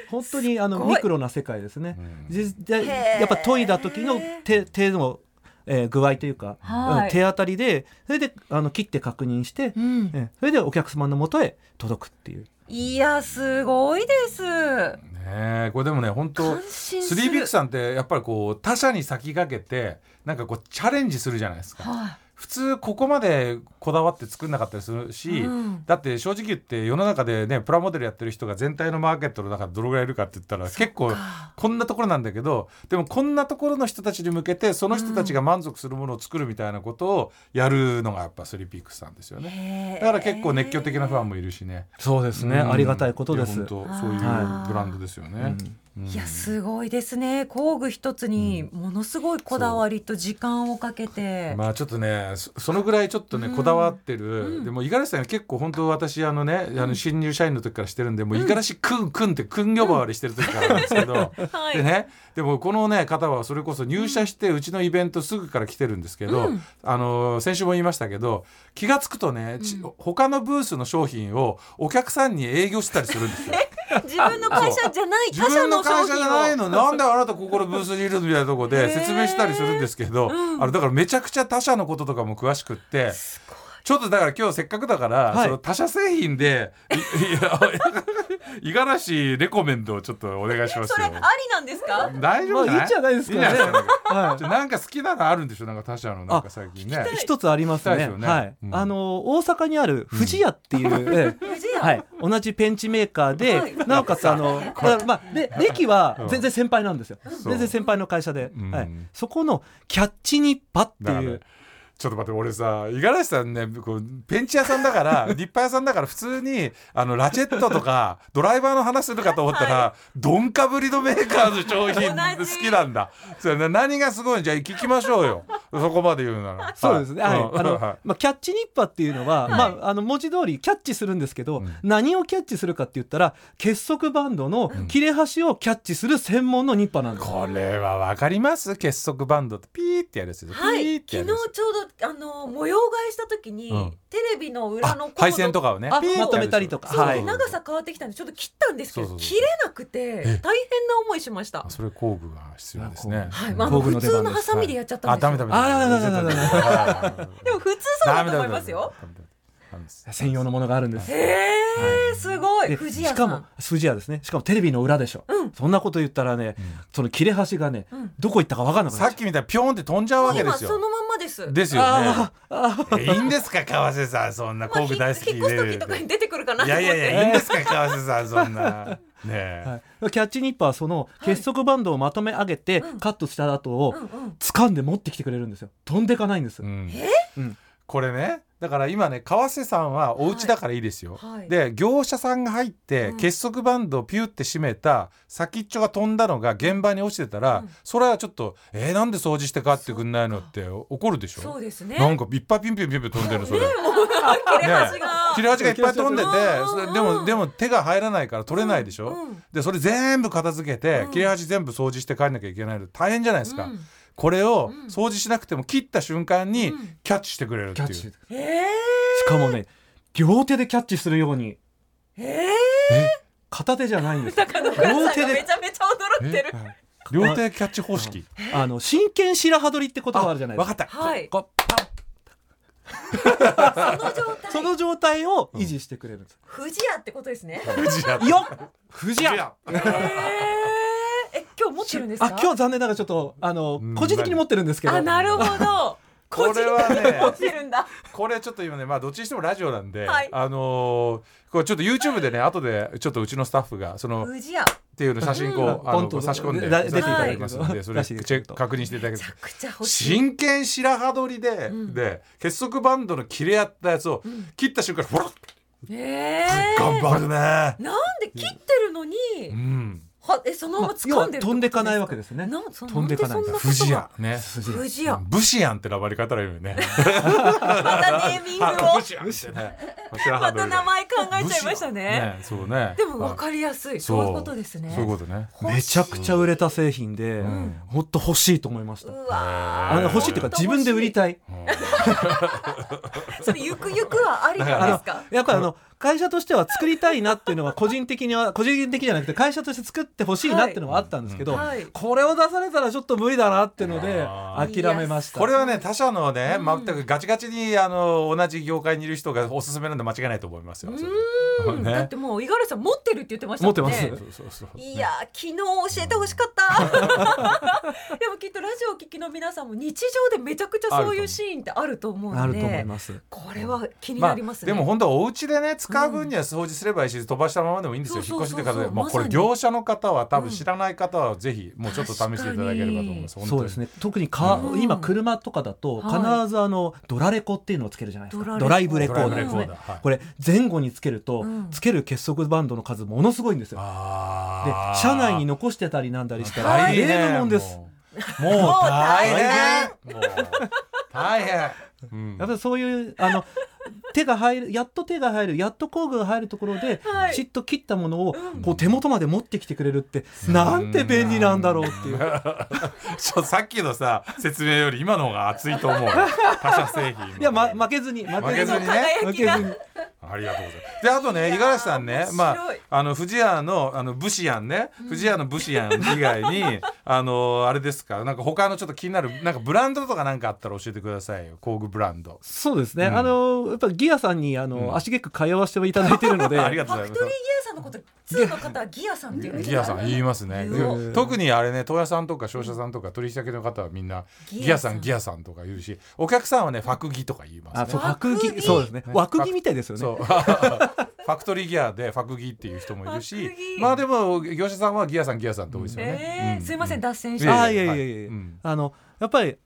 [SPEAKER 3] 本当にあの
[SPEAKER 1] すごい
[SPEAKER 3] ミクロな世界ですね
[SPEAKER 2] う。
[SPEAKER 3] [LAUGHS]
[SPEAKER 2] んうん
[SPEAKER 3] じで
[SPEAKER 1] へー
[SPEAKER 3] やっぱ研いだ時の手手の、えー具合というか、
[SPEAKER 1] はい
[SPEAKER 3] うん手当たりでそれであの切って確認して、
[SPEAKER 1] うん
[SPEAKER 3] えーそれでお客様のもとへ届くっていう。
[SPEAKER 1] いやすごいです。
[SPEAKER 2] ねえこれでもね本当
[SPEAKER 1] 感心す
[SPEAKER 2] ス
[SPEAKER 1] る。
[SPEAKER 2] リービックさんってやっぱりこう他者に先駆けてなんかこうチャレンジするじゃないですか
[SPEAKER 1] は
[SPEAKER 2] 普通ここまでこだわって作んなかったりするし、
[SPEAKER 1] うん
[SPEAKER 2] だって正直言って世の中でねプラモデルやってる人が全体のマーケットの中でどのぐらいいるかって言ったら結構こんなところなんだけどでもこんなところの人たちに向けてその人たちが満足するものを作るみたいなことをやるのがやっぱスリーピークスさんですよ
[SPEAKER 1] い
[SPEAKER 2] ね。
[SPEAKER 1] へー
[SPEAKER 2] だから結構熱狂的なファンもいるしね。
[SPEAKER 3] そうですね、
[SPEAKER 2] うん
[SPEAKER 3] ありがたいことです。
[SPEAKER 2] や本当そういうブランドですよね。うん
[SPEAKER 1] いやすごいですね工具一つにものすごいこだわりと時間をかけて、
[SPEAKER 2] まあちょっとねそそのぐらいちょっとね、
[SPEAKER 1] うん
[SPEAKER 2] こだわってる、
[SPEAKER 1] うん
[SPEAKER 2] でも五十嵐さんは結構本当私あのね、あの新入社員の時からしてるんでもう五十嵐くんくんってくん呼ばわりしてる時からなんですけど、
[SPEAKER 1] はい
[SPEAKER 2] [LAUGHS] でねでもこのね方はそれこそ入社してうちのイベントすぐから来てるんですけど、
[SPEAKER 1] うん
[SPEAKER 2] あの先週も言いましたけど気が付くとね、ち他のブースの商品をお客さんに営業したりするんです [LAUGHS] よ。
[SPEAKER 1] 自分の会社じゃない
[SPEAKER 2] 自
[SPEAKER 1] 他社
[SPEAKER 2] 分
[SPEAKER 1] の
[SPEAKER 2] の
[SPEAKER 1] 商
[SPEAKER 2] 会社じ
[SPEAKER 1] 品
[SPEAKER 2] ゃない
[SPEAKER 1] を
[SPEAKER 2] のなんであなたここのブースにいるみたいなとこで説明したりするんですけど、
[SPEAKER 1] うん
[SPEAKER 2] あれだからめちゃくちゃ他社のこととかも詳しくって。ちょっとだから今日せっかくだから、
[SPEAKER 3] はい
[SPEAKER 2] その他社製品でいいや [LAUGHS] 五十嵐レコメンドをちょっとお願いします
[SPEAKER 1] それあ
[SPEAKER 2] よ
[SPEAKER 1] り。なんですか
[SPEAKER 2] 大丈夫じゃ
[SPEAKER 3] まあ
[SPEAKER 2] ない
[SPEAKER 3] いじゃないですかね
[SPEAKER 2] いじゃない
[SPEAKER 3] はい
[SPEAKER 2] ちょなんか好きなのあるんでしょなんか他社のなんか最近ね。
[SPEAKER 3] 一つあります
[SPEAKER 2] 聞きた
[SPEAKER 3] ね。
[SPEAKER 2] いですよね
[SPEAKER 3] はい、
[SPEAKER 2] うん
[SPEAKER 3] あの大阪にある富士屋っていう、ええ
[SPEAKER 1] 藤谷
[SPEAKER 3] はい、同じペンチメーカーで、
[SPEAKER 1] はい
[SPEAKER 3] なおかつあの、だからまあ、で歴は全然先輩なんですよ、
[SPEAKER 2] そう
[SPEAKER 3] 全然先輩の会社で、
[SPEAKER 2] うん
[SPEAKER 3] はい、そこのキャッチニッパって
[SPEAKER 2] だから
[SPEAKER 3] い
[SPEAKER 2] ね
[SPEAKER 3] う、
[SPEAKER 2] ちょっと待って俺さ五十嵐さんねこうペンチ屋さんだから
[SPEAKER 3] [LAUGHS]
[SPEAKER 2] 立派屋さんだから普通にあのラチェットとかドライバーの話するかと思ったら、ドンかぶりのメーカーの商品
[SPEAKER 1] 同
[SPEAKER 2] 好
[SPEAKER 1] じ
[SPEAKER 2] きなんだそれな何がすごいじゃあ聞きましょうよそこまで言うなら
[SPEAKER 3] [LAUGHS] そうですね、はい
[SPEAKER 2] うん
[SPEAKER 3] あの
[SPEAKER 2] はい
[SPEAKER 3] まあ、キャッチニッパっていうのは、まあ、あの文字通りキャッチするんですけど、
[SPEAKER 2] うん
[SPEAKER 3] 何をキャッチするかって言ったら結束バンドの切れ端をキャッチする専門のニッパなんです、
[SPEAKER 2] これはわかります結束バンドってピーってやるやつです
[SPEAKER 1] は
[SPEAKER 2] ピ
[SPEAKER 1] い
[SPEAKER 2] ーっ、て
[SPEAKER 1] 昨
[SPEAKER 2] や
[SPEAKER 1] 日
[SPEAKER 2] るやつ
[SPEAKER 1] ちょうどあの模様替えした時に、
[SPEAKER 2] うん
[SPEAKER 1] テレビの裏のコード
[SPEAKER 2] 配線とかをね
[SPEAKER 1] あ
[SPEAKER 2] ピーってやるやつ
[SPEAKER 1] まとめ
[SPEAKER 3] たりとか
[SPEAKER 1] そう、
[SPEAKER 3] はい
[SPEAKER 1] 長さ変わってきたんでちょっと切ったんですけど
[SPEAKER 2] そうそうそう
[SPEAKER 1] 切れなくて大変な思いしました
[SPEAKER 2] あ。それ工具が必要ですね。
[SPEAKER 1] はい、まあ、あ
[SPEAKER 3] 工
[SPEAKER 1] の
[SPEAKER 3] 具の
[SPEAKER 1] 普
[SPEAKER 3] 出
[SPEAKER 1] 通
[SPEAKER 3] 番です
[SPEAKER 1] のハサミでやっちゃった
[SPEAKER 2] あ
[SPEAKER 1] んですよ。
[SPEAKER 2] ダメダメ。
[SPEAKER 3] あダメダメダメ
[SPEAKER 2] ダメ。
[SPEAKER 1] でも普通そうだと思いますよ。
[SPEAKER 2] ダメダメダメです。
[SPEAKER 3] 専用のものがあるんです
[SPEAKER 1] へえー、すごい。
[SPEAKER 3] で
[SPEAKER 1] 藤屋
[SPEAKER 3] し
[SPEAKER 1] さ
[SPEAKER 3] か
[SPEAKER 1] ん。
[SPEAKER 3] も筋屋ですねしかもテレビの裏でしょ、そんなこと言ったらね、その切れ端がね、
[SPEAKER 1] うん
[SPEAKER 3] どこ行ったか分かんなくな
[SPEAKER 2] さ
[SPEAKER 3] っ
[SPEAKER 2] っ
[SPEAKER 3] ちゃ
[SPEAKER 2] きみたいにピョーンって飛んじゃうわけで
[SPEAKER 1] 今
[SPEAKER 2] す
[SPEAKER 1] そ
[SPEAKER 2] よ。
[SPEAKER 1] のまんまです。
[SPEAKER 2] ですよね。いいんですか川瀬さんそんな
[SPEAKER 1] まあ、
[SPEAKER 2] 工
[SPEAKER 1] ひ
[SPEAKER 2] 具
[SPEAKER 1] 引っ
[SPEAKER 2] 大好
[SPEAKER 1] 越
[SPEAKER 2] き
[SPEAKER 1] す時とかに出てくるかなと
[SPEAKER 2] い
[SPEAKER 1] 思っ
[SPEAKER 2] や
[SPEAKER 1] て。
[SPEAKER 2] いやいやいいんですか川瀬さんそんなね
[SPEAKER 3] う、
[SPEAKER 2] え。
[SPEAKER 3] はいキャッチニッパーはその結束バンドをまとめ上げて、
[SPEAKER 1] うん
[SPEAKER 3] カットした後を
[SPEAKER 1] うんうん。
[SPEAKER 3] 掴んで持ってきてくれるんですよ飛んでかないんです、
[SPEAKER 2] うん
[SPEAKER 1] え
[SPEAKER 3] うん
[SPEAKER 2] これねだから今ね川瀬さんはお家だからいいですよ、
[SPEAKER 1] はい
[SPEAKER 2] で業者さんが入って、
[SPEAKER 1] うん
[SPEAKER 2] 結束バンドをピュって締めた先っちょが飛んだのが現場に落ちてたら、
[SPEAKER 1] うん
[SPEAKER 2] それはちょっと「えー、なんで掃除してかってくんないの?」って怒るでし
[SPEAKER 1] そ
[SPEAKER 2] ょ
[SPEAKER 1] うですね
[SPEAKER 2] なんかいっぱいピンピンピンピン飛んでるそれ。
[SPEAKER 1] 切れ端が、
[SPEAKER 2] 切れ味がいっぱい飛んでて
[SPEAKER 1] うん
[SPEAKER 2] そ
[SPEAKER 1] うんう
[SPEAKER 2] れ
[SPEAKER 1] ん
[SPEAKER 2] でもでも手が入らないから取れないでしょ、
[SPEAKER 1] うん
[SPEAKER 2] でそれ全部片付けて、
[SPEAKER 1] うん
[SPEAKER 2] 切れ端全部掃除して帰んなきゃいけないの大変じゃないですか、
[SPEAKER 1] うん
[SPEAKER 2] これを
[SPEAKER 1] うん
[SPEAKER 2] 掃除しなくても切った瞬間に
[SPEAKER 1] うん
[SPEAKER 2] キャッチしてくれるってい
[SPEAKER 3] キャ
[SPEAKER 2] う、
[SPEAKER 3] ッチし
[SPEAKER 1] え
[SPEAKER 3] かもね両手でキャッチするように
[SPEAKER 1] ー、え
[SPEAKER 3] 片手じゃないんで
[SPEAKER 1] [LAUGHS]
[SPEAKER 3] す
[SPEAKER 1] ー、中野倉
[SPEAKER 3] 両
[SPEAKER 1] さん
[SPEAKER 3] 手
[SPEAKER 1] がめ
[SPEAKER 3] で
[SPEAKER 1] ちゃめちゃ驚いてる
[SPEAKER 2] えはい両手キャッチ方式
[SPEAKER 3] あの真剣白羽取りって言葉あるじゃないで
[SPEAKER 2] わ
[SPEAKER 3] す
[SPEAKER 2] か
[SPEAKER 3] か
[SPEAKER 2] った、
[SPEAKER 1] はい
[SPEAKER 2] こ
[SPEAKER 1] その状態
[SPEAKER 2] [LAUGHS]
[SPEAKER 3] その状態を維持してくれるんです、
[SPEAKER 1] 不二家ってことですね
[SPEAKER 2] こ藤谷
[SPEAKER 3] よっ藤
[SPEAKER 2] 藤
[SPEAKER 3] 谷
[SPEAKER 2] 谷
[SPEAKER 1] えー、え今日持ってるんですか
[SPEAKER 3] あ今日は残念ながらちょっとあの
[SPEAKER 2] うん
[SPEAKER 3] 個人的に持ってるんですけど
[SPEAKER 1] あなるほ
[SPEAKER 3] [LAUGHS]
[SPEAKER 1] ど
[SPEAKER 2] これはね
[SPEAKER 1] 個人的に持ってるんだ
[SPEAKER 2] これちょっと今ねまあどっちにしてもラジオなんで、
[SPEAKER 1] はい
[SPEAKER 2] あのーこれちょっと YouTube でね後でちょっとうちのスタッフがその
[SPEAKER 1] 不二家
[SPEAKER 2] っていうの写真こう、
[SPEAKER 3] うん
[SPEAKER 2] あ
[SPEAKER 3] ポン
[SPEAKER 2] の
[SPEAKER 3] と
[SPEAKER 2] 差し込んで
[SPEAKER 3] だ
[SPEAKER 2] 出していただきますの
[SPEAKER 3] は
[SPEAKER 2] で
[SPEAKER 3] い
[SPEAKER 2] それ
[SPEAKER 3] 出
[SPEAKER 2] チ
[SPEAKER 3] して
[SPEAKER 2] ェ
[SPEAKER 3] い
[SPEAKER 2] ック
[SPEAKER 3] ただきます
[SPEAKER 2] 確認していただ
[SPEAKER 1] め
[SPEAKER 2] け
[SPEAKER 1] ち
[SPEAKER 2] る
[SPEAKER 1] ゃくちゃ欲
[SPEAKER 2] と
[SPEAKER 1] しい
[SPEAKER 2] 真剣白羽取りで、
[SPEAKER 1] うん
[SPEAKER 2] で結束バンドの切れ合ったやつを
[SPEAKER 1] ん
[SPEAKER 2] 切った瞬間ほら
[SPEAKER 1] えー、
[SPEAKER 2] 頑張るね、
[SPEAKER 1] なんで切ってるのに、
[SPEAKER 2] うん
[SPEAKER 1] はえそのまま
[SPEAKER 3] 要
[SPEAKER 1] 掴
[SPEAKER 3] は
[SPEAKER 1] んでるってこと
[SPEAKER 3] 飛んでかないわけ
[SPEAKER 1] で
[SPEAKER 3] です
[SPEAKER 1] す
[SPEAKER 3] ね
[SPEAKER 1] ねなんそ
[SPEAKER 3] 飛んでかな
[SPEAKER 1] ん
[SPEAKER 3] い
[SPEAKER 1] でそんなことが
[SPEAKER 2] 不二家ね
[SPEAKER 1] 不
[SPEAKER 3] 藤谷
[SPEAKER 1] 二家
[SPEAKER 2] ブシアンって名前方がいるよね
[SPEAKER 1] またネーミングを
[SPEAKER 2] ブシアンってね白
[SPEAKER 1] ま
[SPEAKER 2] 羽取
[SPEAKER 1] た
[SPEAKER 2] りで
[SPEAKER 1] 名前考えちゃいましたね
[SPEAKER 2] ねそうね
[SPEAKER 1] でも分かりやすい
[SPEAKER 2] そ
[SPEAKER 1] そう
[SPEAKER 2] う
[SPEAKER 1] いうことですね
[SPEAKER 2] そういうことね
[SPEAKER 1] 欲しい
[SPEAKER 3] めちゃくちゃ売れた製品で、
[SPEAKER 2] ん
[SPEAKER 3] ほんと欲しいと思いました、
[SPEAKER 1] うわー
[SPEAKER 3] あの欲しいっていうか自分で売りたい
[SPEAKER 1] [LAUGHS] それゆくゆくはありなんですか
[SPEAKER 3] やっぱりあの会社としては作りたいなっていうのは個人的
[SPEAKER 1] [LAUGHS]
[SPEAKER 3] には個人的じゃなくて会社として作ってほしいなっていうのはあったんですけど、
[SPEAKER 1] はい
[SPEAKER 3] これを出されたらちょっと無理だなっていうので
[SPEAKER 2] あ
[SPEAKER 1] ー
[SPEAKER 3] 諦めました
[SPEAKER 2] これはね他社のね、
[SPEAKER 1] うん
[SPEAKER 2] 全くガチガチにあの同じ業界にいる人がおすすめなんで間違いないと思いますよ。それ
[SPEAKER 1] うんだってもう五十嵐さん持ってるって言ってましたもんね
[SPEAKER 3] 持ってま
[SPEAKER 2] そうそうそう
[SPEAKER 1] いやー昨日教えてほしかったでもきっとラジオを聞きの皆さんも日常でめちゃくちゃそういうシーンってあると思う
[SPEAKER 3] あ
[SPEAKER 1] ん
[SPEAKER 3] ると思い
[SPEAKER 1] で
[SPEAKER 3] ます
[SPEAKER 1] これは気になりますね
[SPEAKER 2] でも本当はお家でね使う分には掃除すればいいし、飛ばしたままでもいいんですよ
[SPEAKER 1] そ
[SPEAKER 2] 引
[SPEAKER 1] う
[SPEAKER 2] っ
[SPEAKER 1] そう
[SPEAKER 2] 越
[SPEAKER 1] そう
[SPEAKER 2] しって方で、
[SPEAKER 1] そう
[SPEAKER 2] もう
[SPEAKER 1] ま
[SPEAKER 2] こ
[SPEAKER 1] さ
[SPEAKER 2] れ
[SPEAKER 1] に
[SPEAKER 2] 業者の方は多
[SPEAKER 1] う
[SPEAKER 2] 分
[SPEAKER 1] ん
[SPEAKER 2] 知らない方はぜひもうちょっと試していただければと思います。
[SPEAKER 3] そうです
[SPEAKER 2] ね
[SPEAKER 3] ね特にか、
[SPEAKER 1] うん
[SPEAKER 3] 今車とかだと必
[SPEAKER 1] はい
[SPEAKER 3] ずあのドラレコっていうのをつけるじゃないですか
[SPEAKER 1] ドラレ
[SPEAKER 3] ド
[SPEAKER 1] コ
[SPEAKER 3] ライブレ
[SPEAKER 2] レコ
[SPEAKER 3] コ
[SPEAKER 2] ー
[SPEAKER 3] ー
[SPEAKER 2] ダ
[SPEAKER 3] ダ
[SPEAKER 2] ー
[SPEAKER 3] ーですね、
[SPEAKER 2] はい
[SPEAKER 3] これ前後につけると、
[SPEAKER 1] うん
[SPEAKER 3] つける結束バンドの数ものすごいんですよで
[SPEAKER 2] あー
[SPEAKER 3] 車内に残してたりなんだりしたら
[SPEAKER 2] 大
[SPEAKER 3] 大
[SPEAKER 2] 変
[SPEAKER 3] 変なもんです
[SPEAKER 2] もうもう大
[SPEAKER 1] 大
[SPEAKER 2] 変もう大変、うん
[SPEAKER 3] やっぱりそういうあの [LAUGHS] 手が入るやっと手が入るやっと工具が入るところで、
[SPEAKER 1] はい
[SPEAKER 3] きちっと切ったものを
[SPEAKER 1] うん
[SPEAKER 3] こう手元まで持ってきてくれるって、なんて便利なんだろうっていう。
[SPEAKER 2] ちょさっきのさ説明より今の方が熱いと思うよ他社製品の
[SPEAKER 3] いや、ま、負けずに負
[SPEAKER 2] 負けずにね
[SPEAKER 1] 輝きが
[SPEAKER 2] あ
[SPEAKER 3] に
[SPEAKER 2] りがとうございますであとね五十嵐さん
[SPEAKER 1] 面
[SPEAKER 2] ね
[SPEAKER 1] 白い
[SPEAKER 2] まああの藤屋のあのブシアンね藤屋のブシアン以外
[SPEAKER 1] [LAUGHS]
[SPEAKER 2] にあのあれですかなんか他のちょっと気になるなんかブランドとかなんかあったら教えてくださいよ工具ブランド
[SPEAKER 3] そうですね、
[SPEAKER 2] うん
[SPEAKER 3] あのやっぱギアさんにあの、
[SPEAKER 2] うん
[SPEAKER 3] 足げく通わせていただいてるので
[SPEAKER 2] [LAUGHS] ありが
[SPEAKER 1] フ
[SPEAKER 2] とう
[SPEAKER 1] ァ
[SPEAKER 2] ござ
[SPEAKER 1] ク
[SPEAKER 2] い
[SPEAKER 1] ト
[SPEAKER 2] ます
[SPEAKER 1] リーギアさんのこと通の方はギアさんっていう
[SPEAKER 2] ギアさん言いますね
[SPEAKER 1] 言おう
[SPEAKER 2] うん特にあれね問屋さんとか商社さんとか取引先の方はみんなギアさんギ
[SPEAKER 1] ア
[SPEAKER 2] アさんとか言うしお客さんはねファクギとか言いますね
[SPEAKER 3] あそう
[SPEAKER 1] 枠
[SPEAKER 3] 枠
[SPEAKER 1] 木
[SPEAKER 3] 木そうですね
[SPEAKER 2] ね
[SPEAKER 3] 枠木みたいですよね
[SPEAKER 2] そう [LAUGHS] ファクトリーギアでファクギっていう人もいる
[SPEAKER 1] ファ
[SPEAKER 2] し
[SPEAKER 1] クギ
[SPEAKER 2] まあでも業者さんはギアさんギアさんって多いです
[SPEAKER 1] え
[SPEAKER 2] よね、
[SPEAKER 1] ーすいません脱線し
[SPEAKER 2] いえいえ
[SPEAKER 1] て
[SPEAKER 3] あいやいやいやい
[SPEAKER 2] はい
[SPEAKER 3] や、
[SPEAKER 2] うん
[SPEAKER 3] あのやっぱり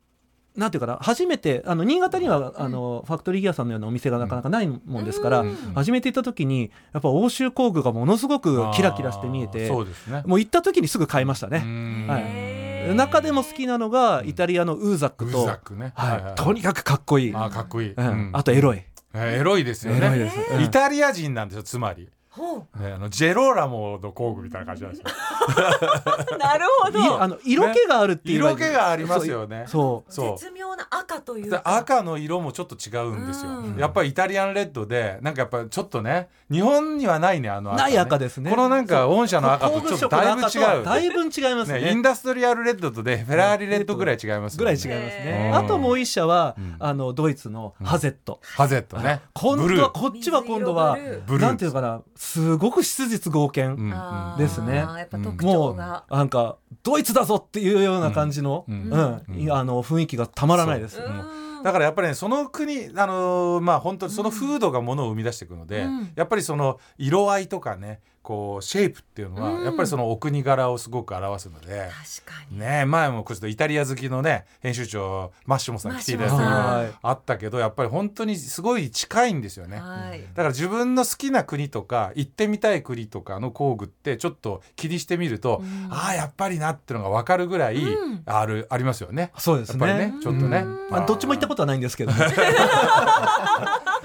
[SPEAKER 3] なんていうかな初めてあの新潟にはあの、ファクトリーギアさんのようなお店がなかなかないもんですから、
[SPEAKER 1] うん
[SPEAKER 3] 初めて行った時にやっぱ欧州工具がものすごくキラキラして見え
[SPEAKER 2] あー
[SPEAKER 3] て
[SPEAKER 2] そうですね
[SPEAKER 3] もう行った時にすぐ買いました
[SPEAKER 2] う
[SPEAKER 3] ね、
[SPEAKER 2] ん
[SPEAKER 3] はい
[SPEAKER 1] へー
[SPEAKER 3] 中でも好きなのがイタリアのウーザッ
[SPEAKER 2] グ
[SPEAKER 3] クと、
[SPEAKER 2] ザックね
[SPEAKER 3] はい
[SPEAKER 2] はい
[SPEAKER 3] とにかくかっこいい、
[SPEAKER 2] あーかっこいい、
[SPEAKER 3] うん
[SPEAKER 2] うん
[SPEAKER 3] あとエロい、
[SPEAKER 2] えーエロいですよ
[SPEAKER 3] エロい
[SPEAKER 2] ね
[SPEAKER 3] です、うん
[SPEAKER 2] イタリア人なんですよつまり、
[SPEAKER 1] ほ
[SPEAKER 2] ね、あのジェローラモの工具みたいな感じなんですよ
[SPEAKER 1] う [LAUGHS] なるほ
[SPEAKER 3] い
[SPEAKER 1] ど
[SPEAKER 3] あの色気があるっていうのは
[SPEAKER 2] 色気がありますよね
[SPEAKER 3] そう
[SPEAKER 2] そう
[SPEAKER 1] 絶妙な赤というか
[SPEAKER 2] 赤の色もちょっと違うんですよ、
[SPEAKER 1] うん
[SPEAKER 2] やっぱりイタリアンレッドでなんかやっぱちょっとね日本にはないねあの赤ね
[SPEAKER 3] ない赤ですね
[SPEAKER 2] このなんか御社の赤とちょっとだいぶ
[SPEAKER 3] 工具色
[SPEAKER 2] 違
[SPEAKER 3] の赤
[SPEAKER 2] う
[SPEAKER 3] とはだいぶ違いますね
[SPEAKER 2] ねインダストリアルレッドとでフェラーリレッドぐらい違います
[SPEAKER 3] ぐらい違います
[SPEAKER 2] う
[SPEAKER 3] ね
[SPEAKER 2] う。ん
[SPEAKER 3] あともう一社は、
[SPEAKER 2] うん
[SPEAKER 3] あのドイツのハゼット。
[SPEAKER 2] ハゼットねブ
[SPEAKER 3] 今
[SPEAKER 2] ルー
[SPEAKER 3] 度はこっちは今度は
[SPEAKER 1] 水色ブルー
[SPEAKER 2] ブルー
[SPEAKER 3] なんていうかなすごく質実剛健、
[SPEAKER 2] うんうん
[SPEAKER 1] あー
[SPEAKER 3] ですね
[SPEAKER 1] やっぱ特
[SPEAKER 3] も
[SPEAKER 1] 徴
[SPEAKER 3] う
[SPEAKER 1] が
[SPEAKER 3] なんかドイツだぞっていうような感じの、
[SPEAKER 2] う
[SPEAKER 3] うんん
[SPEAKER 1] うん
[SPEAKER 3] いやあの雰囲気がたまらないです。
[SPEAKER 2] そう
[SPEAKER 1] うん
[SPEAKER 2] だからやっぱりねその国あのーまあ本当にその風土がものを生み出していくので、
[SPEAKER 1] うん
[SPEAKER 2] やっぱりその色合いとかねこうシェイプっていうのは、
[SPEAKER 1] うん
[SPEAKER 2] やっぱりそのお国柄をすごく表すので。
[SPEAKER 1] 確かに、
[SPEAKER 2] ねえ前もちょっとイタリア好きのね編集長マッシモさん来ていただいた
[SPEAKER 1] マ
[SPEAKER 2] 時
[SPEAKER 1] ッシモ
[SPEAKER 2] も
[SPEAKER 1] さん
[SPEAKER 2] あったけどやっぱり本当にすごい近いんですよね。
[SPEAKER 1] はい、
[SPEAKER 2] だから自分の好きな国とか行ってみたい国とかの工具ってちょっと気にしてみると、
[SPEAKER 1] うん
[SPEAKER 2] ああやっぱりなってのが分かるぐらい
[SPEAKER 1] うん
[SPEAKER 2] ある、ありますよね。
[SPEAKER 3] そうです
[SPEAKER 2] やっぱりね
[SPEAKER 3] ね。
[SPEAKER 2] ちょっとね
[SPEAKER 1] うん。
[SPEAKER 3] まあどっちも行ったことはないんですけどね。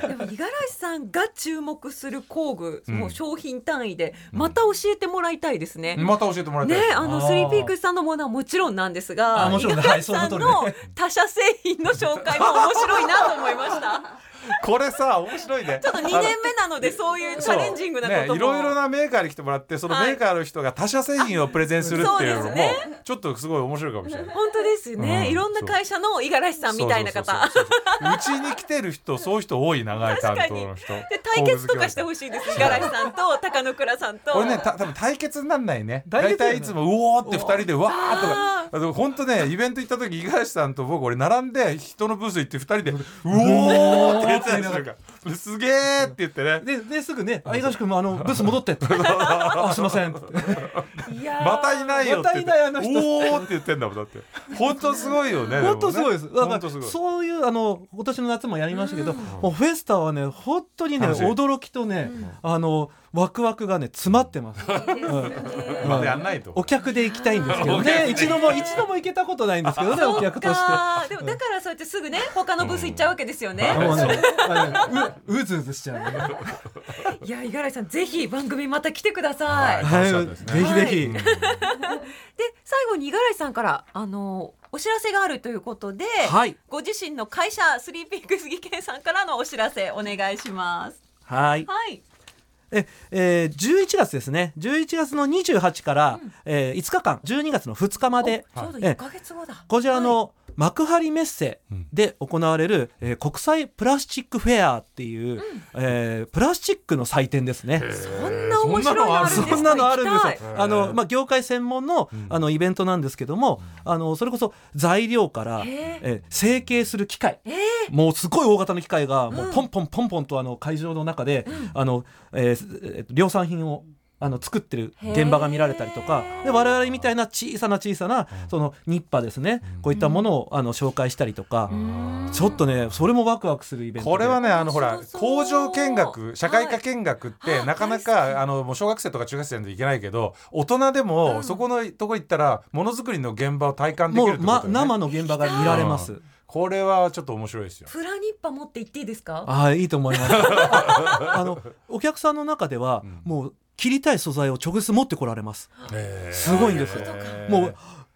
[SPEAKER 1] でも五十嵐さんが注目する工具、
[SPEAKER 2] うん
[SPEAKER 1] もう商品単位でまた教えてもらいたいですね。
[SPEAKER 2] また教えてもらいた
[SPEAKER 1] ね
[SPEAKER 2] いです、
[SPEAKER 1] あの
[SPEAKER 3] あー
[SPEAKER 1] スリーピークスさんのものはもちろんなんですが
[SPEAKER 3] あも
[SPEAKER 1] 五
[SPEAKER 3] ち
[SPEAKER 1] 十
[SPEAKER 3] ろんね
[SPEAKER 1] 嵐さん [LAUGHS]
[SPEAKER 3] はいその
[SPEAKER 1] の
[SPEAKER 3] 通
[SPEAKER 1] 他社製品の紹介も面白いなと思いました
[SPEAKER 2] [LAUGHS] これさ面白いね。
[SPEAKER 1] ちょっと2年目なのでそういうチャレンジングなことも、
[SPEAKER 2] そうね、いろいろなメーカーに来てもらってそのメーカーの人が他社製品をプレゼンするっていうの
[SPEAKER 1] そう
[SPEAKER 2] も
[SPEAKER 1] で
[SPEAKER 2] ちょっとすごい面白いかもしれない。
[SPEAKER 1] 本当ですね、
[SPEAKER 2] うん
[SPEAKER 1] いろんな会社の五十嵐さんみたいな方
[SPEAKER 2] そうそうそうそううちに来てる人そういう人多い
[SPEAKER 1] [LAUGHS]
[SPEAKER 2] 長い担当の人
[SPEAKER 1] で対決とかしてほしいです五十嵐さんと高野倉さんと
[SPEAKER 2] これねた多分対決になんないね
[SPEAKER 3] 対
[SPEAKER 2] 大
[SPEAKER 3] 決だよ
[SPEAKER 2] 体
[SPEAKER 3] ね
[SPEAKER 2] いつもうおーって二人でわーとか
[SPEAKER 1] あ
[SPEAKER 2] あの本当ねイベント行った時五十嵐さんと僕俺並んで人のブース行って二人でうおーって言ってたりするからすげーって言ってね
[SPEAKER 3] で、で、すぐね、あ、東君もあの、ブース
[SPEAKER 2] [LAUGHS]
[SPEAKER 3] 戻ってって。あ、すいません。
[SPEAKER 1] ーいやー
[SPEAKER 2] またいないよって言って
[SPEAKER 3] またいないあの人
[SPEAKER 2] おーって言ってんだもんだって本当すごいよね
[SPEAKER 3] 本当すごいです。だ
[SPEAKER 2] 本
[SPEAKER 3] か
[SPEAKER 2] 当す
[SPEAKER 3] ら、
[SPEAKER 2] ごい
[SPEAKER 3] そういう、あの、今年の夏もやりましたけど、
[SPEAKER 1] うん
[SPEAKER 3] もうフェスタはね、本当にね、
[SPEAKER 2] 楽しい
[SPEAKER 3] 驚きとね、あの、ワクワクがね、詰まってます。うん
[SPEAKER 2] まだやんないと
[SPEAKER 3] お客で行きたいんですけど
[SPEAKER 2] お客で
[SPEAKER 3] ね、一度も、一度も行けたことないんですけどね、お客として。
[SPEAKER 1] あーでもだからそうやってすぐね他のブース行っちゃうわけですよね、
[SPEAKER 3] もうね、あのねううずうずしちゃうね。
[SPEAKER 2] [LAUGHS]
[SPEAKER 1] いや五十嵐さんぜひ番組また来てください、
[SPEAKER 2] はい楽
[SPEAKER 3] は
[SPEAKER 2] しかった
[SPEAKER 3] い、
[SPEAKER 2] ですね
[SPEAKER 3] ぜひぜひ。
[SPEAKER 1] で最後に五十嵐さんからあのお知らせがあるということで、
[SPEAKER 3] はい
[SPEAKER 1] ご自身の会社スリーピークス技研さんからのお知らせお願いします
[SPEAKER 3] はい。
[SPEAKER 1] はい
[SPEAKER 3] え、えー、11月ですね。11月の28から、えー5日間、12月の2日まで、
[SPEAKER 1] おちょうど
[SPEAKER 3] え
[SPEAKER 1] 一
[SPEAKER 3] え
[SPEAKER 1] ヶ月後だ
[SPEAKER 3] こちらの幕張メッセで行われる、えー国際プラスチックフェアっていう、えープラスチックの祭典ですね。
[SPEAKER 1] そんな面白いのあるんですか
[SPEAKER 3] そんなのあるんです
[SPEAKER 1] 行きたい
[SPEAKER 3] よ。あの、まあ、業界専門の、あの、イベントなんですけども、あの、それこそ材料から、
[SPEAKER 1] へえ
[SPEAKER 3] えー成形する機械。
[SPEAKER 1] え
[SPEAKER 3] もうすごい大型の機械が、もううポンポンポンポンとあの会場の中で、あの、えーすえー量産品を、あの作ってる現場が見られたりとか
[SPEAKER 1] へー
[SPEAKER 3] で我々みたいな小さな小さなそのニッパですねこういったものをあの紹介したりとかちょっとねそれもワクワクするイベントで
[SPEAKER 2] これはねあのほら
[SPEAKER 1] 面白そう
[SPEAKER 2] 工場見学社会
[SPEAKER 1] は
[SPEAKER 2] 科
[SPEAKER 1] い
[SPEAKER 2] 見学っ
[SPEAKER 1] は
[SPEAKER 2] て
[SPEAKER 1] い
[SPEAKER 2] なかな
[SPEAKER 1] 大好
[SPEAKER 2] かあのもう小学生とか中学生で行けないけど大人で
[SPEAKER 1] う
[SPEAKER 2] も
[SPEAKER 1] ん
[SPEAKER 2] そこのとこ行ったらものづくりの現場を体感でき
[SPEAKER 3] も
[SPEAKER 2] るって
[SPEAKER 3] う、
[SPEAKER 2] こと
[SPEAKER 3] ま
[SPEAKER 2] だ、よね
[SPEAKER 3] 生の現場が見られます
[SPEAKER 2] これはちょっと面白いですよ
[SPEAKER 1] プラニッパ持って行っていいですか
[SPEAKER 3] ああいいと思
[SPEAKER 2] [LAUGHS]
[SPEAKER 3] いますああのお客さんの中では
[SPEAKER 2] うん
[SPEAKER 3] もう切りたい素材を直接持ってこられますすごいんですよ
[SPEAKER 2] へー
[SPEAKER 3] もう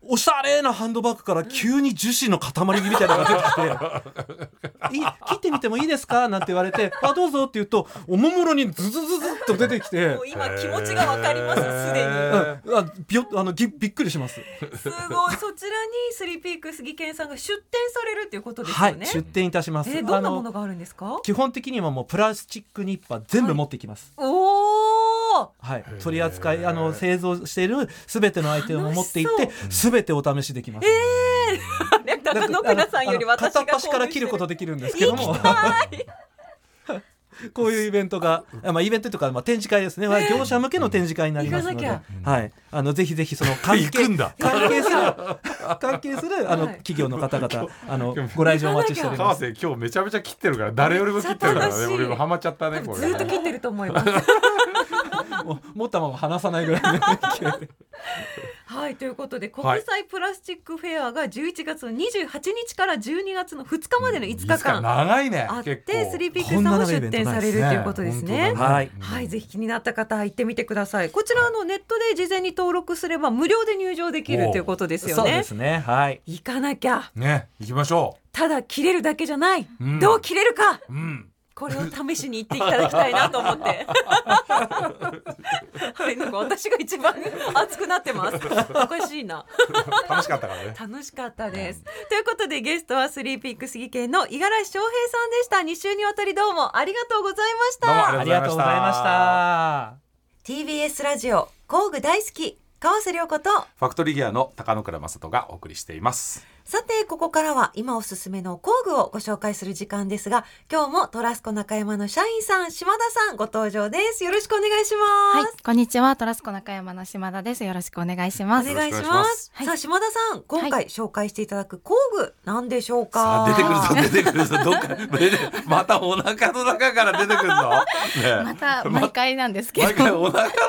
[SPEAKER 3] おしゃれなハンドバッグから急に樹脂の塊みたいなのが出てき
[SPEAKER 1] [LAUGHS]
[SPEAKER 3] てい「切ってみてもいいですか?」なんて言われて「あどうぞ」って言うとおもむろにズズズズっと出てきて
[SPEAKER 1] もう。今気持ちがわかりますすでに
[SPEAKER 3] うんあびよあのぎびっくりします
[SPEAKER 1] すごいそちらにスリーピークス技研さんが出展されるということです
[SPEAKER 3] は
[SPEAKER 1] よ
[SPEAKER 3] い
[SPEAKER 1] ね、
[SPEAKER 3] 出店いたします、
[SPEAKER 1] えーどんなも
[SPEAKER 3] あ
[SPEAKER 1] のがあるんですか
[SPEAKER 3] 基本的にはもうプラスチックニッパー全部持ってきます、
[SPEAKER 1] おお
[SPEAKER 3] はい、取り扱いあの製造しているすべてのアイテムを持っていっ
[SPEAKER 1] 楽
[SPEAKER 3] てすべてお試しできます。
[SPEAKER 1] 高野倉さんより
[SPEAKER 3] なん
[SPEAKER 1] 私が
[SPEAKER 3] かあの片っ端から切ることとできるんですけども。こういうイベントが、あまあ、イベントというか、まあ、展示会ですね、まあ業者向けの展示会になりますので、
[SPEAKER 1] 行か
[SPEAKER 3] はい、あのぜひぜひその [LAUGHS] 関
[SPEAKER 2] 行く
[SPEAKER 3] 係
[SPEAKER 2] んだ
[SPEAKER 3] 関係す [LAUGHS] る関係するあの、
[SPEAKER 1] はい
[SPEAKER 3] 企業の方 [LAUGHS] 々あのご来場お待ちしておりま
[SPEAKER 2] 川
[SPEAKER 3] す。
[SPEAKER 2] 瀬今日めちゃめちゃ切ってるから誰よりも切ってるか
[SPEAKER 1] めっ
[SPEAKER 2] ら
[SPEAKER 1] ちゃ
[SPEAKER 2] ね
[SPEAKER 1] 楽しい
[SPEAKER 2] 俺もハマっちゃったねこれ
[SPEAKER 1] ずっと切ってると思います。
[SPEAKER 3] もう持ったまま離さないぐらいの勢いで
[SPEAKER 1] はいということ
[SPEAKER 3] [LAUGHS]
[SPEAKER 1] で国際プラスチックフェアが11月の28日から12月の2日までの5日
[SPEAKER 2] いつか
[SPEAKER 1] 間
[SPEAKER 2] 長いね
[SPEAKER 1] あっ
[SPEAKER 2] 結
[SPEAKER 1] てスリーピーク
[SPEAKER 3] こ
[SPEAKER 1] さ
[SPEAKER 3] ん
[SPEAKER 1] ん
[SPEAKER 3] な
[SPEAKER 1] も
[SPEAKER 3] 長いイ
[SPEAKER 1] 出
[SPEAKER 3] ベ
[SPEAKER 1] 展
[SPEAKER 3] ントない
[SPEAKER 1] さ
[SPEAKER 3] です
[SPEAKER 1] れる
[SPEAKER 3] ね
[SPEAKER 1] ということですね。
[SPEAKER 3] だねはい
[SPEAKER 1] はい、ぜひ気になった方行ってみてください。こちらあのネットで事前に登録すれば無料で入場できるということですよ
[SPEAKER 3] そうで
[SPEAKER 1] ね。
[SPEAKER 3] すね、はい、
[SPEAKER 1] 行かなきゃ
[SPEAKER 2] ね行きましょ
[SPEAKER 1] ただ切れるだけじゃない、
[SPEAKER 2] うん
[SPEAKER 1] どう切れるか
[SPEAKER 2] ううん
[SPEAKER 1] これを試しに行っていただきたいなと思って。はい、なんか私が一番熱くなってます。おかしいな。
[SPEAKER 2] 楽しかったからね
[SPEAKER 1] 楽しかったです。ということでゲストはスリーピックス技研の五十嵐翔平さんでした。2週にわたりどうもありがとうございました。
[SPEAKER 2] どうも
[SPEAKER 3] あ
[SPEAKER 2] あ
[SPEAKER 3] り
[SPEAKER 2] り
[SPEAKER 3] が
[SPEAKER 2] が
[SPEAKER 3] と
[SPEAKER 2] とう
[SPEAKER 3] うご
[SPEAKER 2] ご
[SPEAKER 3] ざ
[SPEAKER 2] ざ
[SPEAKER 3] い
[SPEAKER 2] い
[SPEAKER 3] ま
[SPEAKER 2] ま
[SPEAKER 3] し。
[SPEAKER 2] した
[SPEAKER 1] TBS ラジオ工具大好き川瀬良子と
[SPEAKER 2] ファクトリーギアの高野倉正人がお送りしています
[SPEAKER 1] さて、ここからは今おすすめの工具をご紹介する時間ですが、今日もトラスコ中山の社員さん、島田さんご登場です。よろしくお願いし
[SPEAKER 4] は
[SPEAKER 1] ま
[SPEAKER 4] い
[SPEAKER 1] す。、
[SPEAKER 4] こんにちは、トラスコ中山の島田です。よろしくお願いします。
[SPEAKER 1] お
[SPEAKER 2] は
[SPEAKER 1] 願い
[SPEAKER 2] い
[SPEAKER 1] します。
[SPEAKER 2] よろしくお願いします
[SPEAKER 4] はい
[SPEAKER 1] さあ、島田さん、今
[SPEAKER 4] は
[SPEAKER 1] 回紹介していただく工具、なんでしょうか
[SPEAKER 2] さあ出てくるぞ出てくるぞどっか出てまたお腹の中から出てくるの、ねえ、
[SPEAKER 4] また
[SPEAKER 2] [LAUGHS]
[SPEAKER 4] 毎回なんですけど、
[SPEAKER 2] 毎回お腹の中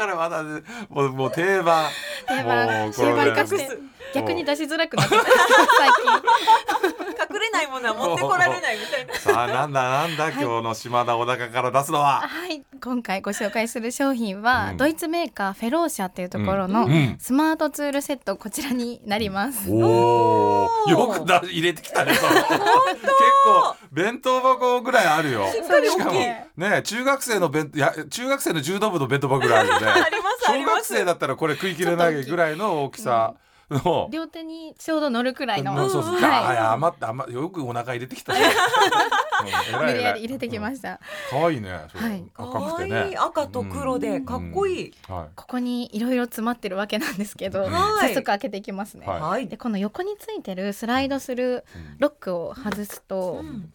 [SPEAKER 2] からまだ、ね、もうもう定番
[SPEAKER 4] 定番
[SPEAKER 2] もうこれね
[SPEAKER 4] 定番化して逆に出しづらくなってます最
[SPEAKER 1] [LAUGHS] 隠れないものは持ってこられないみたいな。
[SPEAKER 2] さあなんだなんだ、今日の島田お腹から出すのは
[SPEAKER 4] 近。はい、今回ご紹介する商品は、
[SPEAKER 2] うん
[SPEAKER 4] ドイツメーカーフェローシャっていうところの、
[SPEAKER 2] うん
[SPEAKER 4] スマートツールセットこちらになります。
[SPEAKER 2] お
[SPEAKER 1] ー
[SPEAKER 2] およくだ入れてきたねその結構弁当箱ぐらいあるよ
[SPEAKER 1] しっかり
[SPEAKER 2] しか
[SPEAKER 1] 大
[SPEAKER 2] も
[SPEAKER 1] きい。
[SPEAKER 2] ね中学生の弁いや中学生の柔道部の弁当箱ぐらいあるよね
[SPEAKER 1] ありますあり
[SPEAKER 2] 小
[SPEAKER 1] ま
[SPEAKER 2] 学
[SPEAKER 1] す
[SPEAKER 2] 生だったらこれ食い切れないぐらいの大きさの、
[SPEAKER 4] 両手にちょうど乗るくらいの、
[SPEAKER 2] うんそうそう、あ
[SPEAKER 4] は
[SPEAKER 2] あ余って余よくお腹入れてきた
[SPEAKER 4] [LAUGHS]
[SPEAKER 2] ね、うん
[SPEAKER 4] い、
[SPEAKER 2] 偉
[SPEAKER 4] 無
[SPEAKER 2] い
[SPEAKER 4] 理
[SPEAKER 2] 偉
[SPEAKER 4] や
[SPEAKER 2] い
[SPEAKER 4] り入れてきました。
[SPEAKER 2] 可愛いね。それ
[SPEAKER 4] はい
[SPEAKER 2] 赤
[SPEAKER 1] 可
[SPEAKER 2] くて
[SPEAKER 1] 愛
[SPEAKER 2] ね
[SPEAKER 1] い。赤と黒でかっこいい。
[SPEAKER 2] うん。は
[SPEAKER 4] ここにいろいろ詰まってるわけなんですけど、
[SPEAKER 2] うん
[SPEAKER 1] はい
[SPEAKER 4] 早速開けていきますね。
[SPEAKER 2] はい
[SPEAKER 1] はい
[SPEAKER 4] で。この横についてるスライドする
[SPEAKER 2] い。うん
[SPEAKER 4] ロックを外すと、
[SPEAKER 1] うん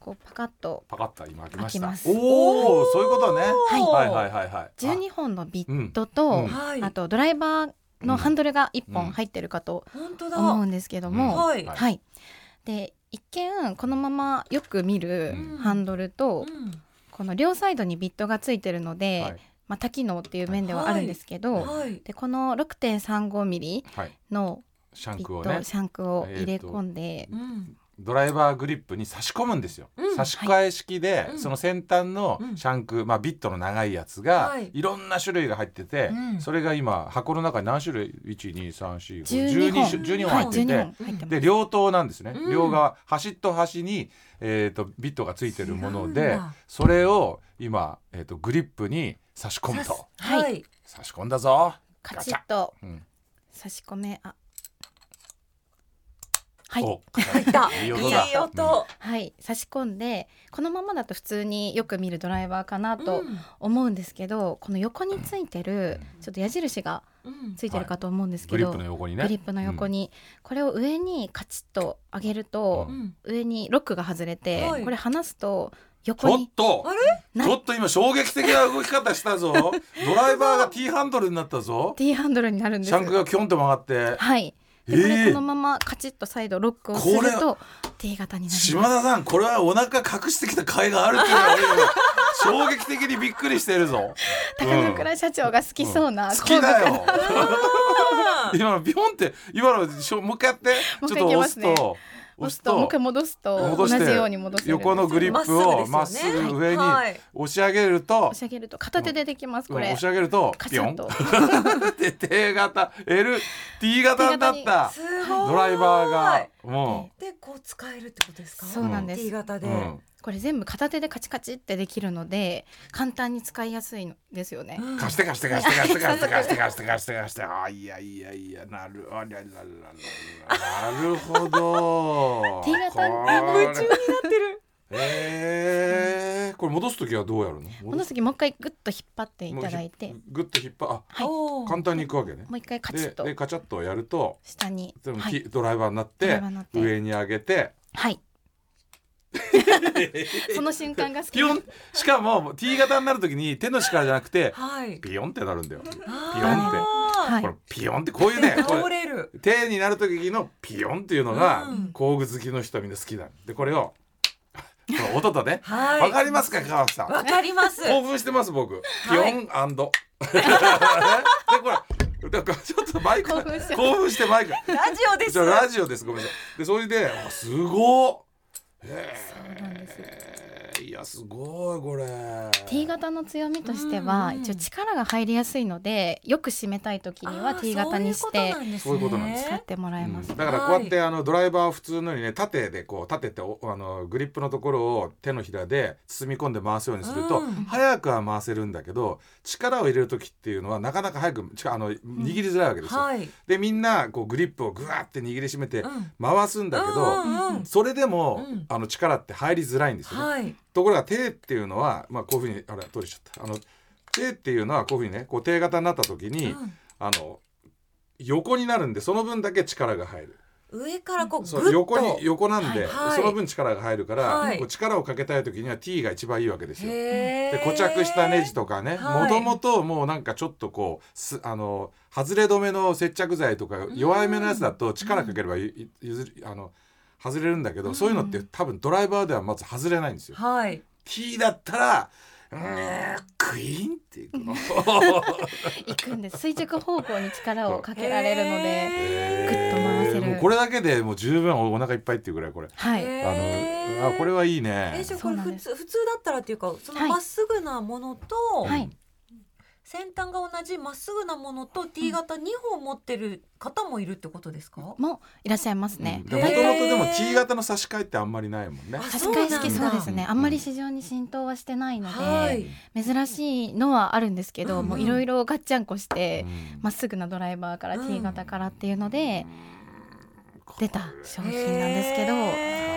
[SPEAKER 4] こうパカッと
[SPEAKER 2] パカッと今開きました
[SPEAKER 4] 開きま。す
[SPEAKER 2] おお、そういうことね。
[SPEAKER 1] はい
[SPEAKER 2] はいはいはいはい。
[SPEAKER 4] 12本のビットと、
[SPEAKER 2] うんうん
[SPEAKER 1] はい。
[SPEAKER 4] あとドライバーのハンドルが1
[SPEAKER 2] うん
[SPEAKER 4] 本入ってるかと
[SPEAKER 1] 本当だ。
[SPEAKER 4] 思うんですけども、
[SPEAKER 1] うん
[SPEAKER 4] は
[SPEAKER 1] はい
[SPEAKER 4] い、で一見このままよく見る
[SPEAKER 2] うん
[SPEAKER 4] ハンドル
[SPEAKER 1] う
[SPEAKER 4] と、
[SPEAKER 1] ん
[SPEAKER 4] この両サイドにビットがついてるので、
[SPEAKER 2] はい
[SPEAKER 4] まあ、多機能っていう面ではあるんですけど、
[SPEAKER 1] はい。
[SPEAKER 4] でこの 6.35mm
[SPEAKER 2] はい。
[SPEAKER 4] の
[SPEAKER 2] シャン
[SPEAKER 4] ビッ
[SPEAKER 2] ク
[SPEAKER 4] ト
[SPEAKER 2] を
[SPEAKER 4] シ
[SPEAKER 2] ね、
[SPEAKER 4] ャンクを入れ込んで、
[SPEAKER 1] うん
[SPEAKER 2] ドライバーグリップに差し込むんですよ
[SPEAKER 1] うん。
[SPEAKER 2] 差し替え式で
[SPEAKER 1] は、い
[SPEAKER 2] その先端の
[SPEAKER 1] うん
[SPEAKER 2] シャンク、まあビットの長いやつ
[SPEAKER 1] は
[SPEAKER 2] が
[SPEAKER 1] い、
[SPEAKER 2] いろんな種類が入ってて
[SPEAKER 1] うん、
[SPEAKER 2] それが今箱の中に何種類？1、2、3、4、5、
[SPEAKER 4] 12本
[SPEAKER 2] 12種12本入
[SPEAKER 4] はい、
[SPEAKER 2] って
[SPEAKER 4] 12
[SPEAKER 2] て
[SPEAKER 4] 本。入ってます。
[SPEAKER 2] で両刀なんですね、
[SPEAKER 1] うん
[SPEAKER 2] 両側端と端に、えー、とビットがついてるもの
[SPEAKER 1] 違うん
[SPEAKER 2] で
[SPEAKER 1] だ
[SPEAKER 2] それを今、えー、とグリップに差し込む
[SPEAKER 1] さ
[SPEAKER 2] と
[SPEAKER 1] すはい。
[SPEAKER 2] 差し込んだぞ、
[SPEAKER 4] カチッと
[SPEAKER 2] うん、
[SPEAKER 4] 差し込めあはい
[SPEAKER 2] お
[SPEAKER 1] 入った。い
[SPEAKER 2] いい
[SPEAKER 1] い
[SPEAKER 2] 音だ
[SPEAKER 1] 音。
[SPEAKER 4] はい差し込んでこのままだと普通によく見るドライバーかなと
[SPEAKER 1] うん
[SPEAKER 4] 思うんですけど、この横についてるちょっと矢印が
[SPEAKER 1] うん
[SPEAKER 4] ついてるかと思うんです
[SPEAKER 2] グ
[SPEAKER 4] け
[SPEAKER 2] リ
[SPEAKER 4] ど、
[SPEAKER 2] ップの横に
[SPEAKER 4] グリ
[SPEAKER 2] ね
[SPEAKER 4] ップの横に、これを上にカチッと上げると
[SPEAKER 1] う、ん
[SPEAKER 4] 上にロックが外れて、
[SPEAKER 1] はい
[SPEAKER 4] これ離すと
[SPEAKER 2] ち
[SPEAKER 4] 横
[SPEAKER 2] ょっ
[SPEAKER 4] に
[SPEAKER 2] と
[SPEAKER 1] あれ
[SPEAKER 4] な
[SPEAKER 2] ちょっと今衝撃的な動き方した
[SPEAKER 4] [LAUGHS]
[SPEAKER 2] ぞドライバーが T ハンドルになったぞ
[SPEAKER 4] T ハンドルになるんで
[SPEAKER 2] シ
[SPEAKER 4] す
[SPEAKER 2] ャンクがキョンと曲がって
[SPEAKER 4] はいでこれこのままカチッと再度ロックをす
[SPEAKER 2] これ
[SPEAKER 4] ると T 型になります
[SPEAKER 2] 島田さんこれはお腹隠してきた甲斐があるっていうのが俺今衝撃的にびっくりしてるぞ
[SPEAKER 4] 高野倉社長が好きそうな、
[SPEAKER 2] 好
[SPEAKER 4] 工
[SPEAKER 2] き
[SPEAKER 4] 具
[SPEAKER 2] だよ
[SPEAKER 1] あー
[SPEAKER 2] [LAUGHS] 今のビョンって今のしょもう一回やって
[SPEAKER 4] もう
[SPEAKER 2] ち
[SPEAKER 4] 一
[SPEAKER 2] ょっ
[SPEAKER 4] 回
[SPEAKER 2] と
[SPEAKER 4] い
[SPEAKER 2] 押
[SPEAKER 4] きますすね
[SPEAKER 2] と
[SPEAKER 4] 押すともう一回戻すと
[SPEAKER 2] 戻
[SPEAKER 4] 同
[SPEAKER 2] して
[SPEAKER 4] じように戻せる
[SPEAKER 2] 横のグリップをま
[SPEAKER 1] まっ
[SPEAKER 2] っす
[SPEAKER 1] すぐですよね
[SPEAKER 2] ぐ上に
[SPEAKER 1] はい
[SPEAKER 2] 押し上げると
[SPEAKER 4] 押し上げると片手でできます、
[SPEAKER 2] うん
[SPEAKER 4] これ
[SPEAKER 2] 押し上げると
[SPEAKER 4] カチ
[SPEAKER 2] ピョ
[SPEAKER 4] ッ
[SPEAKER 2] ン [LAUGHS]
[SPEAKER 4] と
[SPEAKER 2] って手型 LT 型になった
[SPEAKER 1] すごい。
[SPEAKER 2] ドライバーが。も
[SPEAKER 1] で、こう使えるってことですか。
[SPEAKER 4] そうなんです、
[SPEAKER 1] T 型
[SPEAKER 2] う、
[SPEAKER 1] で。
[SPEAKER 2] う
[SPEAKER 1] うん
[SPEAKER 2] ん、
[SPEAKER 4] これ全部片手でカチカチってできるので簡単に使いやすいんですよ [LAUGHS] ね、
[SPEAKER 2] 貸して貸して貸して貸して貸して貸して貸して貸して貸してあいやいやいやなるあららららなるほ
[SPEAKER 4] [LAUGHS]
[SPEAKER 2] ど
[SPEAKER 4] T 型に
[SPEAKER 2] 夢
[SPEAKER 1] 夢中になってる。
[SPEAKER 2] えー、これ戻す時はどうやるの
[SPEAKER 4] 戻す時もう一回グッと引っ張っていただいて
[SPEAKER 2] もうひぐっと引っ張あ
[SPEAKER 4] はい
[SPEAKER 1] おー
[SPEAKER 2] 簡単にいくわけね
[SPEAKER 4] もう一回カチ
[SPEAKER 2] で
[SPEAKER 4] ッと
[SPEAKER 2] でカチャッとやると
[SPEAKER 4] 下に
[SPEAKER 2] でも、
[SPEAKER 4] は
[SPEAKER 2] き
[SPEAKER 4] い、
[SPEAKER 2] ドライバーになっ
[SPEAKER 4] ドラ
[SPEAKER 2] て
[SPEAKER 4] イバーになって
[SPEAKER 2] 上に上げて [LAUGHS]
[SPEAKER 4] はい、その瞬間が好き
[SPEAKER 2] ピヨンしかも T 型になる時に手の力じゃなくて
[SPEAKER 1] はい。
[SPEAKER 2] ピヨンってなるんだよ、
[SPEAKER 1] あ
[SPEAKER 4] はい
[SPEAKER 2] これピヨンってこういう
[SPEAKER 1] ー
[SPEAKER 4] [LAUGHS]
[SPEAKER 2] ねこ
[SPEAKER 1] 倒
[SPEAKER 2] れ
[SPEAKER 1] れる。
[SPEAKER 2] 手になる時のピヨンっていうのが、
[SPEAKER 1] うん
[SPEAKER 2] 工具好きの人はみんな好きだでこ
[SPEAKER 1] [LAUGHS]
[SPEAKER 2] れをこの音とね
[SPEAKER 1] はい。
[SPEAKER 2] わかりますか川木さん
[SPEAKER 1] わかります。
[SPEAKER 2] 興奮してます僕ピヨ
[SPEAKER 1] はい [LAUGHS]
[SPEAKER 2] ンでこれだからちょっとマイク
[SPEAKER 4] 興奮しちゃう
[SPEAKER 2] 興奮してマイク
[SPEAKER 1] ラジオです。
[SPEAKER 2] じゃあラジオですごめんなさいでそれであすごっへ
[SPEAKER 4] そうなんです
[SPEAKER 2] えいやすごいこれ
[SPEAKER 4] T 型の強みとして
[SPEAKER 1] う
[SPEAKER 4] は
[SPEAKER 1] んうん
[SPEAKER 4] 一応力が入りやすいのでよく締めたい時には T 型にして
[SPEAKER 2] そういうことなんで
[SPEAKER 4] 使ってもらえます
[SPEAKER 2] うん、だからこうやってあのドライバーを普通のようにね縦でこう立てておあのグリップのところを手のひらで包み込んで回すようにすると、
[SPEAKER 1] うん
[SPEAKER 2] 早くは回せるんだけど力を入れる時っていうのはなかなか早くちかあの握りづらいわけですよ。
[SPEAKER 1] はい。
[SPEAKER 2] でみんなこうグリップをグワーって握りしめて
[SPEAKER 1] うん
[SPEAKER 2] 回すんだけど、
[SPEAKER 1] うんうんうん
[SPEAKER 2] それでも、
[SPEAKER 1] うん
[SPEAKER 2] あの力って入りづらいんですよね。
[SPEAKER 1] はい。
[SPEAKER 2] ところが手っていうのは、まあ、こういうふうにあれ取れちゃったあの手っていうのはこういうふうにねこう手型になった時に、
[SPEAKER 1] うん
[SPEAKER 2] あの横になるんでその分だけ力が入る
[SPEAKER 1] 上からこうグッ
[SPEAKER 2] そ
[SPEAKER 1] と
[SPEAKER 2] う横に横なんで、
[SPEAKER 1] はい
[SPEAKER 2] その分力が入るから、
[SPEAKER 1] はい
[SPEAKER 2] こう力をかけたい時には T が一番いいわけですよ。
[SPEAKER 1] へ
[SPEAKER 2] で
[SPEAKER 1] ー
[SPEAKER 2] 固着したネジとかね
[SPEAKER 1] は
[SPEAKER 2] も
[SPEAKER 1] い
[SPEAKER 2] ともともうなんかちょっとこうすあの外れ止めの接着剤とか
[SPEAKER 1] ん
[SPEAKER 2] 弱いめのやつだと力かければゆゆ譲りあの外れるんだけど、そういうのって多分ドライバーではまず外れないんですよ。
[SPEAKER 1] はい
[SPEAKER 2] T だったらうーんクイーンっていくの。
[SPEAKER 4] 行くんです垂直方向に力をかけられるので、
[SPEAKER 1] へ
[SPEAKER 4] ぐっと回せる
[SPEAKER 2] もうこれだけでもう十分お腹いっぱいっていうぐらいこれ。
[SPEAKER 4] は
[SPEAKER 1] ー
[SPEAKER 4] い。
[SPEAKER 2] あ
[SPEAKER 1] へ
[SPEAKER 2] の
[SPEAKER 1] ー
[SPEAKER 2] あこれはいい
[SPEAKER 1] え
[SPEAKER 2] ね。
[SPEAKER 1] じゃあこ
[SPEAKER 4] そう
[SPEAKER 1] れ
[SPEAKER 4] なん
[SPEAKER 1] 普
[SPEAKER 4] です
[SPEAKER 1] 通普通だったらっていうかその
[SPEAKER 4] はい
[SPEAKER 1] まっすぐなものと、
[SPEAKER 4] はい。
[SPEAKER 1] 先端が同じまっすぐなものと T 型2本持ってる方もいるってことですか、
[SPEAKER 4] もいらっしゃいますね。
[SPEAKER 2] もともとでも T 型の差し替えってあんまりないもんね。
[SPEAKER 4] 差し替え式
[SPEAKER 1] そう
[SPEAKER 4] そ
[SPEAKER 1] なんだ
[SPEAKER 4] うですね。あんまり市場に浸透はしてないので、
[SPEAKER 1] はい
[SPEAKER 4] 珍しいのはあるんですけど、
[SPEAKER 1] うんうん
[SPEAKER 4] もういろいろガッチャンコして、
[SPEAKER 2] うん
[SPEAKER 4] まっすぐなドライバーから
[SPEAKER 1] うん
[SPEAKER 4] T 型からっていうので出た商品なんですけど、
[SPEAKER 1] へー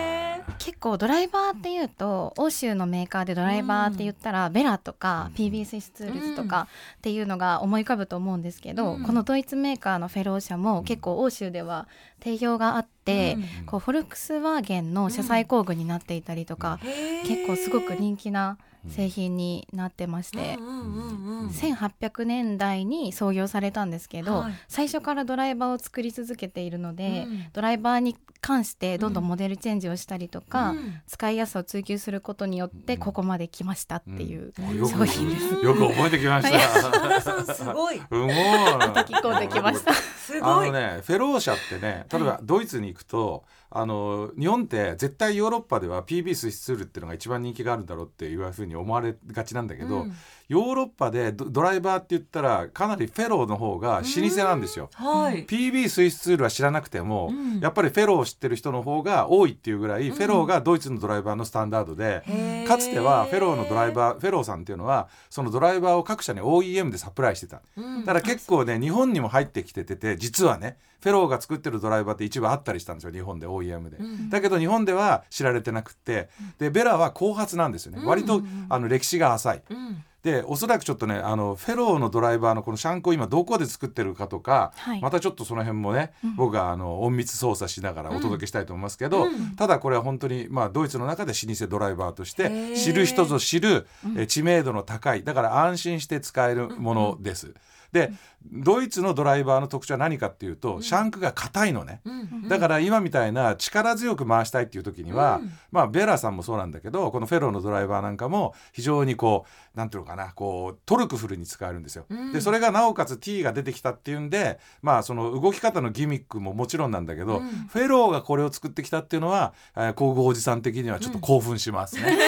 [SPEAKER 4] 結構ドライバーっていうと欧州のメーカーでドライバーって言ったら、ベラとか PB スイスツールズとかっていうのが思い浮かぶと思うんですけど、
[SPEAKER 1] うん
[SPEAKER 4] このドイツメーカーのフェロー社も結構欧州では定評があって、
[SPEAKER 1] うん
[SPEAKER 4] こうフォルクスワーゲンの車載工具になっていたりとか、
[SPEAKER 1] へー
[SPEAKER 4] 結構すごく人気な製品になってまして
[SPEAKER 1] う、んうんうんうん
[SPEAKER 4] 1800年代に創業されたんですけど、
[SPEAKER 1] はい
[SPEAKER 4] 最初からドライバーを作り続けているので、
[SPEAKER 1] うん
[SPEAKER 4] ドライバーに関してどんどんモデルチェンジをしたりとか、
[SPEAKER 1] うん
[SPEAKER 4] 使いやすさを追求することによってここまで来ましたっていう
[SPEAKER 2] うんよく
[SPEAKER 4] 商品です。
[SPEAKER 2] よく覚えてきま
[SPEAKER 4] [LAUGHS]
[SPEAKER 2] し
[SPEAKER 1] 島
[SPEAKER 2] た。
[SPEAKER 1] 田さんすごい
[SPEAKER 2] すごい。
[SPEAKER 4] 聞こえてきました。
[SPEAKER 1] す
[SPEAKER 2] あ
[SPEAKER 1] ごい
[SPEAKER 2] のねフェロー社ってね例えばドイツに行くと、あの日本って絶対ヨーロッパでは PB スイスツールっていうのが一番人気があるんだろうっていうふうに思われがちなんだけど、
[SPEAKER 1] うん
[SPEAKER 2] ヨーロッパでドドライバーって言ったらかなりフェローの方が老舗なんですよ。
[SPEAKER 1] はい、
[SPEAKER 2] PB スイスツールは知らなくても、
[SPEAKER 1] うん
[SPEAKER 2] やっぱりフェローを知ってる人の方が多いっていうぐらい、フェローがドイツのドライバーのスタンダードで、
[SPEAKER 1] へー
[SPEAKER 2] かつてはフェローのドライバーフェローさんっていうのはそのドライバーを各社に OEM でサプライしてた
[SPEAKER 1] うん
[SPEAKER 2] だから結構ね日本にも入ってきててて実はねフェローが作ってるドライバーって一部あったりしたんですよ日本で OEM で。
[SPEAKER 1] うん
[SPEAKER 2] だけど日本では知られてなくってでベラは後発なんですよね割とあの歴史が浅い
[SPEAKER 1] うん
[SPEAKER 2] でおそらくちょっとねあのフェローのドライバーのこのシャンクを今どこで作ってるかとか、
[SPEAKER 4] はい
[SPEAKER 2] またちょっとその辺もね、僕があの隠密操作しながらお届けしたいと思いますけど、ただこれは本当に、まあ、ドイツの中で老舗ドライバーと
[SPEAKER 1] へ
[SPEAKER 2] して
[SPEAKER 1] ー
[SPEAKER 2] 知る人ぞ知る、え知名度の高いだから安心して使えるものです。でドイツのドライバーの特徴は何かっていうと、シャンクが硬いのね。
[SPEAKER 1] うん
[SPEAKER 2] だから今みたいな力強く回したいっていう時には、まあベラさんもそうなんだけどこのフェローのドライバーなんかも非常にこうなんていうのかなこうトルクフルに使えるんですよ。
[SPEAKER 1] うん
[SPEAKER 2] でそれがなおかつ T が出てきたっていうんでまあその動き方のギミックももちろんなんだけど、
[SPEAKER 1] うん
[SPEAKER 2] フェローがこれを作ってきたっていうのは、えー、工具おじさん的にはちょっと興奮します
[SPEAKER 1] [LAUGHS]
[SPEAKER 2] ね。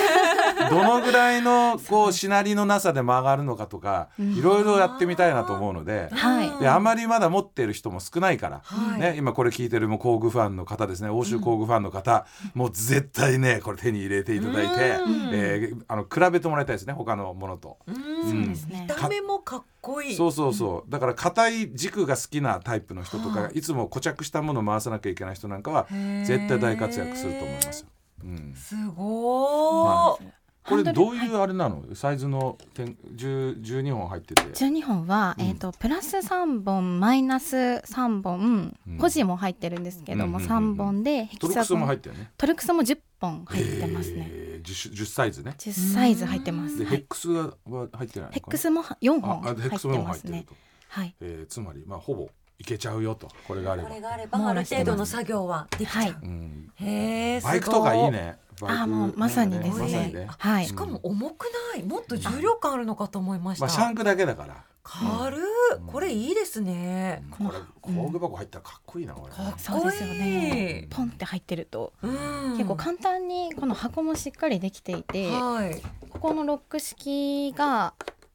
[SPEAKER 2] どのぐらいのこうしなりのなさで曲がるのかとかいろいろやってみたいなと思うので。
[SPEAKER 4] はい
[SPEAKER 1] うん
[SPEAKER 2] であまりまだ持ってる人も少ないから、
[SPEAKER 1] はい
[SPEAKER 2] ね、今これ聞いてるもう工具ファンの方ですね欧州工具ファンの方、もう絶対ねこれ手に入れていただいて
[SPEAKER 1] うん、
[SPEAKER 2] えーあの比べてもらいたいですね他のものと。
[SPEAKER 1] うん
[SPEAKER 2] そうです
[SPEAKER 4] ね
[SPEAKER 1] 見た目もかっこいい
[SPEAKER 2] そうそうそうだから硬い軸が好きなタイプの人とか、、
[SPEAKER 1] はい
[SPEAKER 2] つも固着したものを回さなきゃいけない人なんかは
[SPEAKER 1] へー
[SPEAKER 2] 絶対大活躍すると思いますよ。うん、
[SPEAKER 1] すごーい
[SPEAKER 2] これどういううあれなのサイズの点10 12本入ってて。
[SPEAKER 4] 12本は、
[SPEAKER 2] うん
[SPEAKER 4] えー、とプラス3本マイナス3本
[SPEAKER 2] うん
[SPEAKER 4] 個人も入ってるんですけども、
[SPEAKER 2] うんうんうんうん
[SPEAKER 4] 3本でヘ
[SPEAKER 2] トル
[SPEAKER 4] キ
[SPEAKER 2] ク
[SPEAKER 4] サ
[SPEAKER 2] ス
[SPEAKER 4] ゴ
[SPEAKER 2] も入
[SPEAKER 4] ン
[SPEAKER 2] ってるね。
[SPEAKER 4] トルクスも10本入ってますね、
[SPEAKER 2] えー、10, 10サイズね。
[SPEAKER 4] 10サイズ入ってます
[SPEAKER 2] で
[SPEAKER 4] は
[SPEAKER 2] ヘ
[SPEAKER 4] い
[SPEAKER 2] ックスはは入ってないのかな
[SPEAKER 4] ヘックスも4本
[SPEAKER 2] あ
[SPEAKER 4] 入
[SPEAKER 2] あ
[SPEAKER 4] っ
[SPEAKER 2] ヘックス
[SPEAKER 4] て
[SPEAKER 2] も入
[SPEAKER 4] ま
[SPEAKER 2] っ
[SPEAKER 4] す
[SPEAKER 2] てる
[SPEAKER 4] ね
[SPEAKER 2] と。
[SPEAKER 4] はい
[SPEAKER 2] えー、つまりまあほぼいけちゃうよとこれがあれば
[SPEAKER 1] これがあればある程度の作業はできちゃう、
[SPEAKER 4] は
[SPEAKER 2] うん、
[SPEAKER 1] へーすご
[SPEAKER 2] バイクとかいいねバイク
[SPEAKER 4] あもうまさにです
[SPEAKER 1] ね
[SPEAKER 2] まさにね
[SPEAKER 4] はい
[SPEAKER 1] しかも重くないもっと重量感あるのかと思いまし
[SPEAKER 2] ま
[SPEAKER 1] た、
[SPEAKER 2] あシャンクだけだから
[SPEAKER 1] 軽い、これいいですね、
[SPEAKER 2] これ工具箱入ったらかっこいいなこれ
[SPEAKER 1] かっ
[SPEAKER 4] そう
[SPEAKER 1] こ
[SPEAKER 4] ですよ
[SPEAKER 1] い
[SPEAKER 4] ね
[SPEAKER 1] い、
[SPEAKER 4] ポンって入ってると
[SPEAKER 1] うん、
[SPEAKER 4] 結構簡単にこの箱もしっかりできていて、
[SPEAKER 1] はい
[SPEAKER 4] ここのロック式が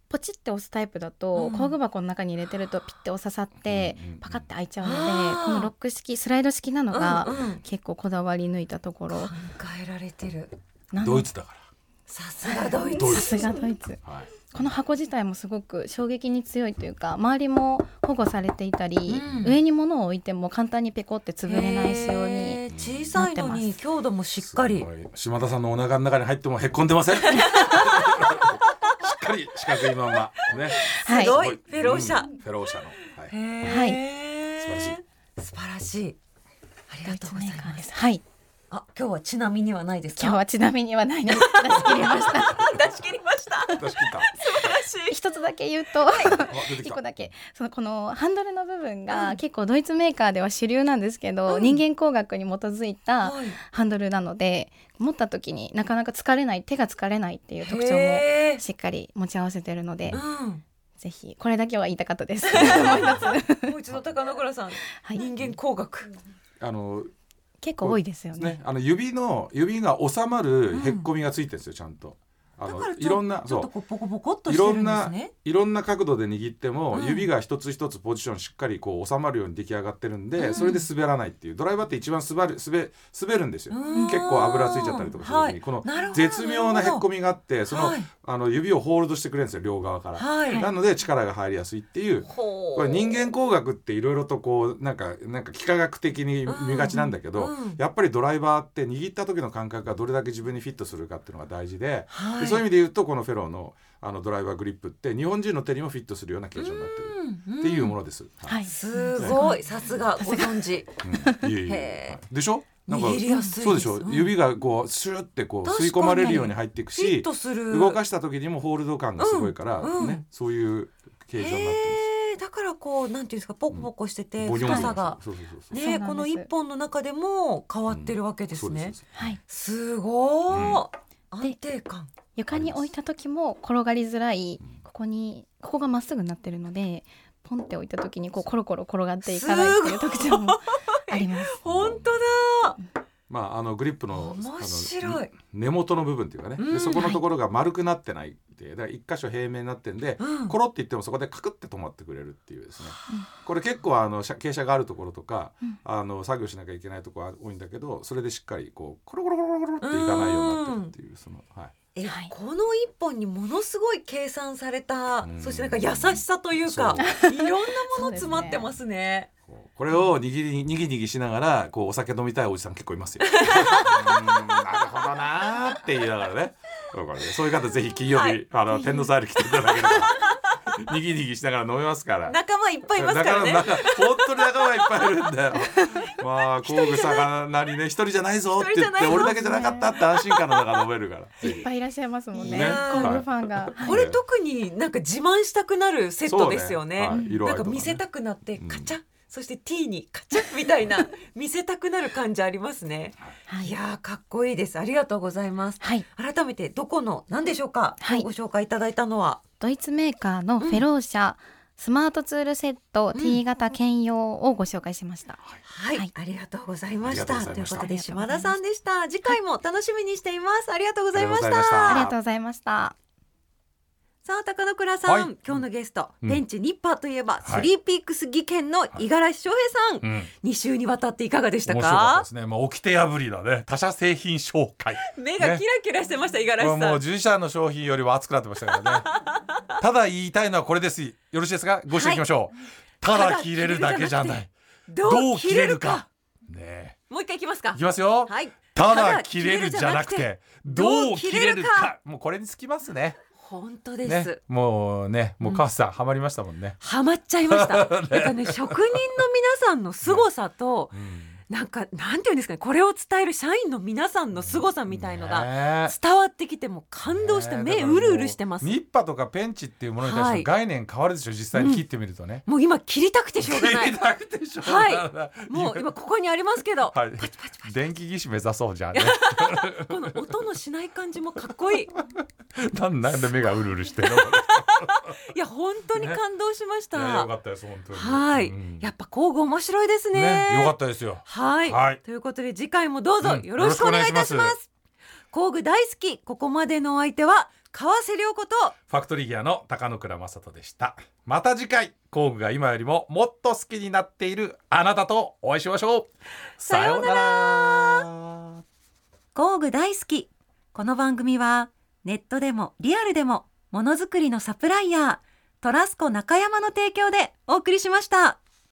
[SPEAKER 4] ポチって押すタイプだ
[SPEAKER 1] うん
[SPEAKER 4] と、工具箱の中に入れてるとピッて押ささって、
[SPEAKER 2] うんうんうん
[SPEAKER 4] パカッて開いちゃうので、
[SPEAKER 1] あー
[SPEAKER 4] このロック式スライド式なのが、
[SPEAKER 1] うんうん
[SPEAKER 4] 結構こだわり抜いたところ
[SPEAKER 1] 考えられてる
[SPEAKER 4] な
[SPEAKER 2] ド
[SPEAKER 4] の
[SPEAKER 2] イツだか
[SPEAKER 1] さすがドイ
[SPEAKER 2] ドイ
[SPEAKER 1] ツ
[SPEAKER 4] さすがドイツ
[SPEAKER 2] らはい
[SPEAKER 4] この箱自体もすごく衝撃に強いというか周りも保護されていたり、
[SPEAKER 1] うん
[SPEAKER 4] 上に物を置いても簡単にペコって潰れない仕様に
[SPEAKER 1] へー小さいのに強度もしっかり
[SPEAKER 2] これ島田さんのお腹の中に入ってもへっこんでません [LAUGHS] しっかり四角いまんまね
[SPEAKER 4] はい
[SPEAKER 1] すごいフェロー社
[SPEAKER 2] うんフェロー社のはい
[SPEAKER 1] へー
[SPEAKER 4] はい
[SPEAKER 2] 素晴らし
[SPEAKER 1] 素晴らしいあり
[SPEAKER 4] ド
[SPEAKER 1] が
[SPEAKER 4] イ
[SPEAKER 1] とう
[SPEAKER 4] ツ
[SPEAKER 1] ござ
[SPEAKER 4] メ
[SPEAKER 1] い
[SPEAKER 4] ーカー
[SPEAKER 1] ま
[SPEAKER 4] ですす。はい。
[SPEAKER 1] あ今日はちなみにはないですか
[SPEAKER 4] 今日はちなみにはな
[SPEAKER 1] [LAUGHS]
[SPEAKER 4] いので出し切りました。
[SPEAKER 1] 出し切りました
[SPEAKER 2] 出し切った
[SPEAKER 1] 素晴らしい
[SPEAKER 4] 一つだけ言うと、
[SPEAKER 2] あ出てき
[SPEAKER 4] 一
[SPEAKER 2] た
[SPEAKER 4] 個だけそのこのハンドルの部分
[SPEAKER 1] うん
[SPEAKER 4] が結構ドイツメーカーでは主流なんですけど、
[SPEAKER 1] うん
[SPEAKER 4] 人間工学に基づいた
[SPEAKER 1] はい
[SPEAKER 4] ハンドルなので持った時になかなか疲れない手が疲れないっていう特徴も
[SPEAKER 1] へー
[SPEAKER 4] しっかり持ち合わせてるので [LAUGHS]
[SPEAKER 1] う
[SPEAKER 4] ぜひこれだけは言いたかったです
[SPEAKER 1] [LAUGHS]
[SPEAKER 4] もう一つ
[SPEAKER 1] ん、もう一度高野倉さん、
[SPEAKER 4] はい
[SPEAKER 1] 人間工学
[SPEAKER 2] あの
[SPEAKER 4] 結構多いですよね
[SPEAKER 2] ねあの指の指が収まるへっこみがついてるんですよちゃんと。あ
[SPEAKER 1] だ
[SPEAKER 2] の
[SPEAKER 1] からちょ
[SPEAKER 2] いろんな
[SPEAKER 1] ちょっと
[SPEAKER 2] そ
[SPEAKER 1] こうボコボコっと
[SPEAKER 2] う
[SPEAKER 1] し
[SPEAKER 2] い
[SPEAKER 1] て
[SPEAKER 2] ろ
[SPEAKER 1] る
[SPEAKER 2] ん
[SPEAKER 1] んです
[SPEAKER 2] な
[SPEAKER 1] ね
[SPEAKER 2] いろんな角度で握っても、
[SPEAKER 1] うん
[SPEAKER 2] 指が一つ一つポジションしっかりこう収まるように出来上がってるんで、
[SPEAKER 1] うん
[SPEAKER 2] それで滑らないっていうドライバーって一番滑る滑滑るんですよ。
[SPEAKER 1] うん
[SPEAKER 2] 結構油ついちゃったりとかする時に、
[SPEAKER 1] はい
[SPEAKER 2] この
[SPEAKER 1] なるほど
[SPEAKER 2] 絶妙なへっこみがあってその,、
[SPEAKER 1] はい
[SPEAKER 2] あの指をホールドしてくれるんですよ両側から。
[SPEAKER 1] はい、
[SPEAKER 2] なので力が入りやすいっていう
[SPEAKER 1] ほう
[SPEAKER 2] これ人間工学っていろいろとこうなんかなんか幾何学的に見がちなんだけど、
[SPEAKER 1] うんうん
[SPEAKER 2] やっぱりドライバーって握った時の感覚がどれだけ自分にフィットするかっていうのが大事で,、
[SPEAKER 1] はい
[SPEAKER 2] でそういう意味で言うとこのフェローのあのドライバーグリップって日本人の手にもフィットするような形状になってる
[SPEAKER 1] うんん
[SPEAKER 2] っていうものです。
[SPEAKER 4] はい
[SPEAKER 1] すごいさすがご存知
[SPEAKER 2] うんいえいえ
[SPEAKER 1] へ
[SPEAKER 2] はいでしょなんか
[SPEAKER 1] 握りやすいです
[SPEAKER 2] そうでしょ、
[SPEAKER 1] うん
[SPEAKER 2] 指がこうスーってこう
[SPEAKER 1] 確かに
[SPEAKER 2] 吸い込まれるように入っていく
[SPEAKER 1] フィッ
[SPEAKER 2] し
[SPEAKER 1] トする
[SPEAKER 2] 動かした時にもホールド感がすごいから、
[SPEAKER 1] うんうん
[SPEAKER 2] ね、そういう形状になってるんです。
[SPEAKER 1] へえだからこうなんていうんですかポコポコしてて
[SPEAKER 2] ボリュー
[SPEAKER 1] 深
[SPEAKER 2] ム
[SPEAKER 1] さが
[SPEAKER 2] そうそうそうそう
[SPEAKER 1] ね
[SPEAKER 4] そうなんです
[SPEAKER 1] この一本の中でも変わってるわけです
[SPEAKER 2] そう
[SPEAKER 1] ね
[SPEAKER 2] そうそう
[SPEAKER 4] はい
[SPEAKER 1] すごい、
[SPEAKER 2] うん
[SPEAKER 1] 安定感
[SPEAKER 4] 床に置いた時も転がりづらいここにここがまっすぐになってるのでポンって置いた時にこうコロコロ転がっていかないっていう特徴もあります。
[SPEAKER 1] 本当だ
[SPEAKER 2] まああのグリップの
[SPEAKER 1] 面白い
[SPEAKER 2] あの根元の部分っていうかね、
[SPEAKER 1] う
[SPEAKER 2] で
[SPEAKER 1] ん
[SPEAKER 2] そこのところが丸くなってないっていうだから一箇所平面になってんで、
[SPEAKER 1] うん
[SPEAKER 2] コロっていってもそこでカクって止まってくれるっていうですね、これ結構あのしゃ傾斜があるところとか、あの作業しなきゃいけないところは多いんだけどそれでしっかりこうコロコロコロコロっていかないようになってるっていうそのはい
[SPEAKER 1] え、
[SPEAKER 4] はい
[SPEAKER 1] この一本にものすごい計算された、
[SPEAKER 2] うん
[SPEAKER 1] そしてなんか優しさというかいろんなもの詰まってますね
[SPEAKER 2] こうこれを握りにぎにぎしながらこうお酒飲みたいおじさん結構います
[SPEAKER 1] [LAUGHS]
[SPEAKER 2] よ。うーんなるほどなーって言いながらね。そうかねそういう方ぜひ金曜
[SPEAKER 1] は
[SPEAKER 2] 日、
[SPEAKER 1] い
[SPEAKER 2] あの天皇サール来ていただければにぎにぎしながら飲めますから。
[SPEAKER 1] 仲間いっぱいいますからね
[SPEAKER 2] 仲間仲間本当に仲間いっぱいいるんだよ。まあ工具さがなりね一人じゃないぞって
[SPEAKER 1] 一人じ
[SPEAKER 2] 言
[SPEAKER 1] ゃ
[SPEAKER 2] っ
[SPEAKER 1] ない
[SPEAKER 2] て
[SPEAKER 1] ぞ
[SPEAKER 2] 俺だけじゃなかったって安心感の中飲めるから。
[SPEAKER 4] いっぱいいらっしゃいますもんね。
[SPEAKER 1] ね
[SPEAKER 4] 工具ファンが。
[SPEAKER 1] [LAUGHS] これ特になんか自慢したくなるセットですよね
[SPEAKER 2] そうはい色合
[SPEAKER 1] ないんか
[SPEAKER 2] とかね
[SPEAKER 1] 見せたくなって
[SPEAKER 2] うん
[SPEAKER 1] カチャ、そして T にカチャみたいな
[SPEAKER 2] [LAUGHS]
[SPEAKER 1] 見せたくなる感じありますね
[SPEAKER 4] はいい。
[SPEAKER 1] やーかっこいいですありがとうございます
[SPEAKER 4] はい。
[SPEAKER 1] 改めてどこの何でしょうか、
[SPEAKER 4] はい
[SPEAKER 1] ご紹介いただいたのは
[SPEAKER 4] ドイツメーカーのフェロー社、スマートツールセット T 型兼用をご紹介しました。
[SPEAKER 1] はい、
[SPEAKER 4] はい
[SPEAKER 1] ありがとうございました
[SPEAKER 2] あり
[SPEAKER 1] と
[SPEAKER 2] がとうござい
[SPEAKER 1] いう
[SPEAKER 2] まし
[SPEAKER 1] こ
[SPEAKER 2] た
[SPEAKER 1] とで島田さんでした次回も楽しみにしていますありがとうございまし
[SPEAKER 2] ありがとうございました
[SPEAKER 1] た
[SPEAKER 4] ありがとうございました。
[SPEAKER 1] さあ高野倉さん、
[SPEAKER 2] はい
[SPEAKER 1] 今日のゲスト、
[SPEAKER 2] うん
[SPEAKER 1] ベンチニッパーといえば、
[SPEAKER 2] は
[SPEAKER 1] ス
[SPEAKER 2] い
[SPEAKER 1] リーピークス技研の五十嵐翔平さん、
[SPEAKER 2] ん。
[SPEAKER 1] 二週にわたっていかがでしたか
[SPEAKER 2] すね。まあ起きて破りだね。他社製品紹介。
[SPEAKER 1] 目がキラキラしてました五十
[SPEAKER 2] これは
[SPEAKER 1] 嵐さ
[SPEAKER 2] もうん自社の商品よりは熱くなってました
[SPEAKER 1] [LAUGHS]
[SPEAKER 2] からねただ言いたいのはこれですよろしいですかご指摘いきましょう、ただ切れるだけじゃない
[SPEAKER 1] どう切れるか
[SPEAKER 2] ね
[SPEAKER 1] もう一回いきますか
[SPEAKER 2] えいきますよ、
[SPEAKER 1] はい
[SPEAKER 2] ただ切れるじゃなく
[SPEAKER 1] ただ
[SPEAKER 2] て
[SPEAKER 1] ど
[SPEAKER 2] ど
[SPEAKER 1] う
[SPEAKER 2] う
[SPEAKER 1] 切
[SPEAKER 2] 切
[SPEAKER 1] れ
[SPEAKER 2] れ
[SPEAKER 1] る
[SPEAKER 2] る
[SPEAKER 1] か
[SPEAKER 2] かもうこれにつきますね
[SPEAKER 1] 本当で
[SPEAKER 2] ね
[SPEAKER 1] す、
[SPEAKER 2] もうねもう川瀬さん、ハマりましたもんね、
[SPEAKER 1] ハマっちゃいました。 [LAUGHS] なんかね、職人の皆さんの凄さと、なんか、なんていうんですかね、これを伝える社員の皆さんの凄さみたいのが。
[SPEAKER 2] が
[SPEAKER 1] 伝わってきてもう感動して目うるうるしてます。
[SPEAKER 2] ニッパとかペンチっていうものに対して
[SPEAKER 1] はい
[SPEAKER 2] の概念変わるでしょ、実際に切ってみるとね、
[SPEAKER 1] もう今切りたくてしょうがな
[SPEAKER 2] [LAUGHS] 切
[SPEAKER 1] い
[SPEAKER 2] り。たくてしょうがな
[SPEAKER 1] もう今ここにありますけど、
[SPEAKER 2] はい
[SPEAKER 1] パチパチパチ
[SPEAKER 2] [LAUGHS] 電気技師目指そうじゃんね
[SPEAKER 1] この音のしない感じもかっこいい。
[SPEAKER 2] なんなんで目がうるうるしてるの
[SPEAKER 1] いや本当に感動しまし
[SPEAKER 2] [LAUGHS] いや
[SPEAKER 1] た。
[SPEAKER 2] よかったです本当に
[SPEAKER 1] はい
[SPEAKER 2] うん、
[SPEAKER 1] やっぱ工具面白いですね。
[SPEAKER 2] よかったですよ
[SPEAKER 1] はい、
[SPEAKER 2] はい
[SPEAKER 1] ということで次回もどうぞ
[SPEAKER 2] うん
[SPEAKER 1] よろしくお願いいたし
[SPEAKER 2] よろしくお願
[SPEAKER 1] ま。
[SPEAKER 2] いします
[SPEAKER 1] 工具大好きここまでのお相手は川瀬良子と
[SPEAKER 2] ファクトリーギアの高野倉正人でしたまた次回工具が今よりももっと好きになっているあなたとお会いしましょう
[SPEAKER 1] さようなら
[SPEAKER 2] さようなら
[SPEAKER 1] 工具大好きこの番組はネットでもリアルでもものづくりのサプライヤートラスコ中山の提供でお送りしました。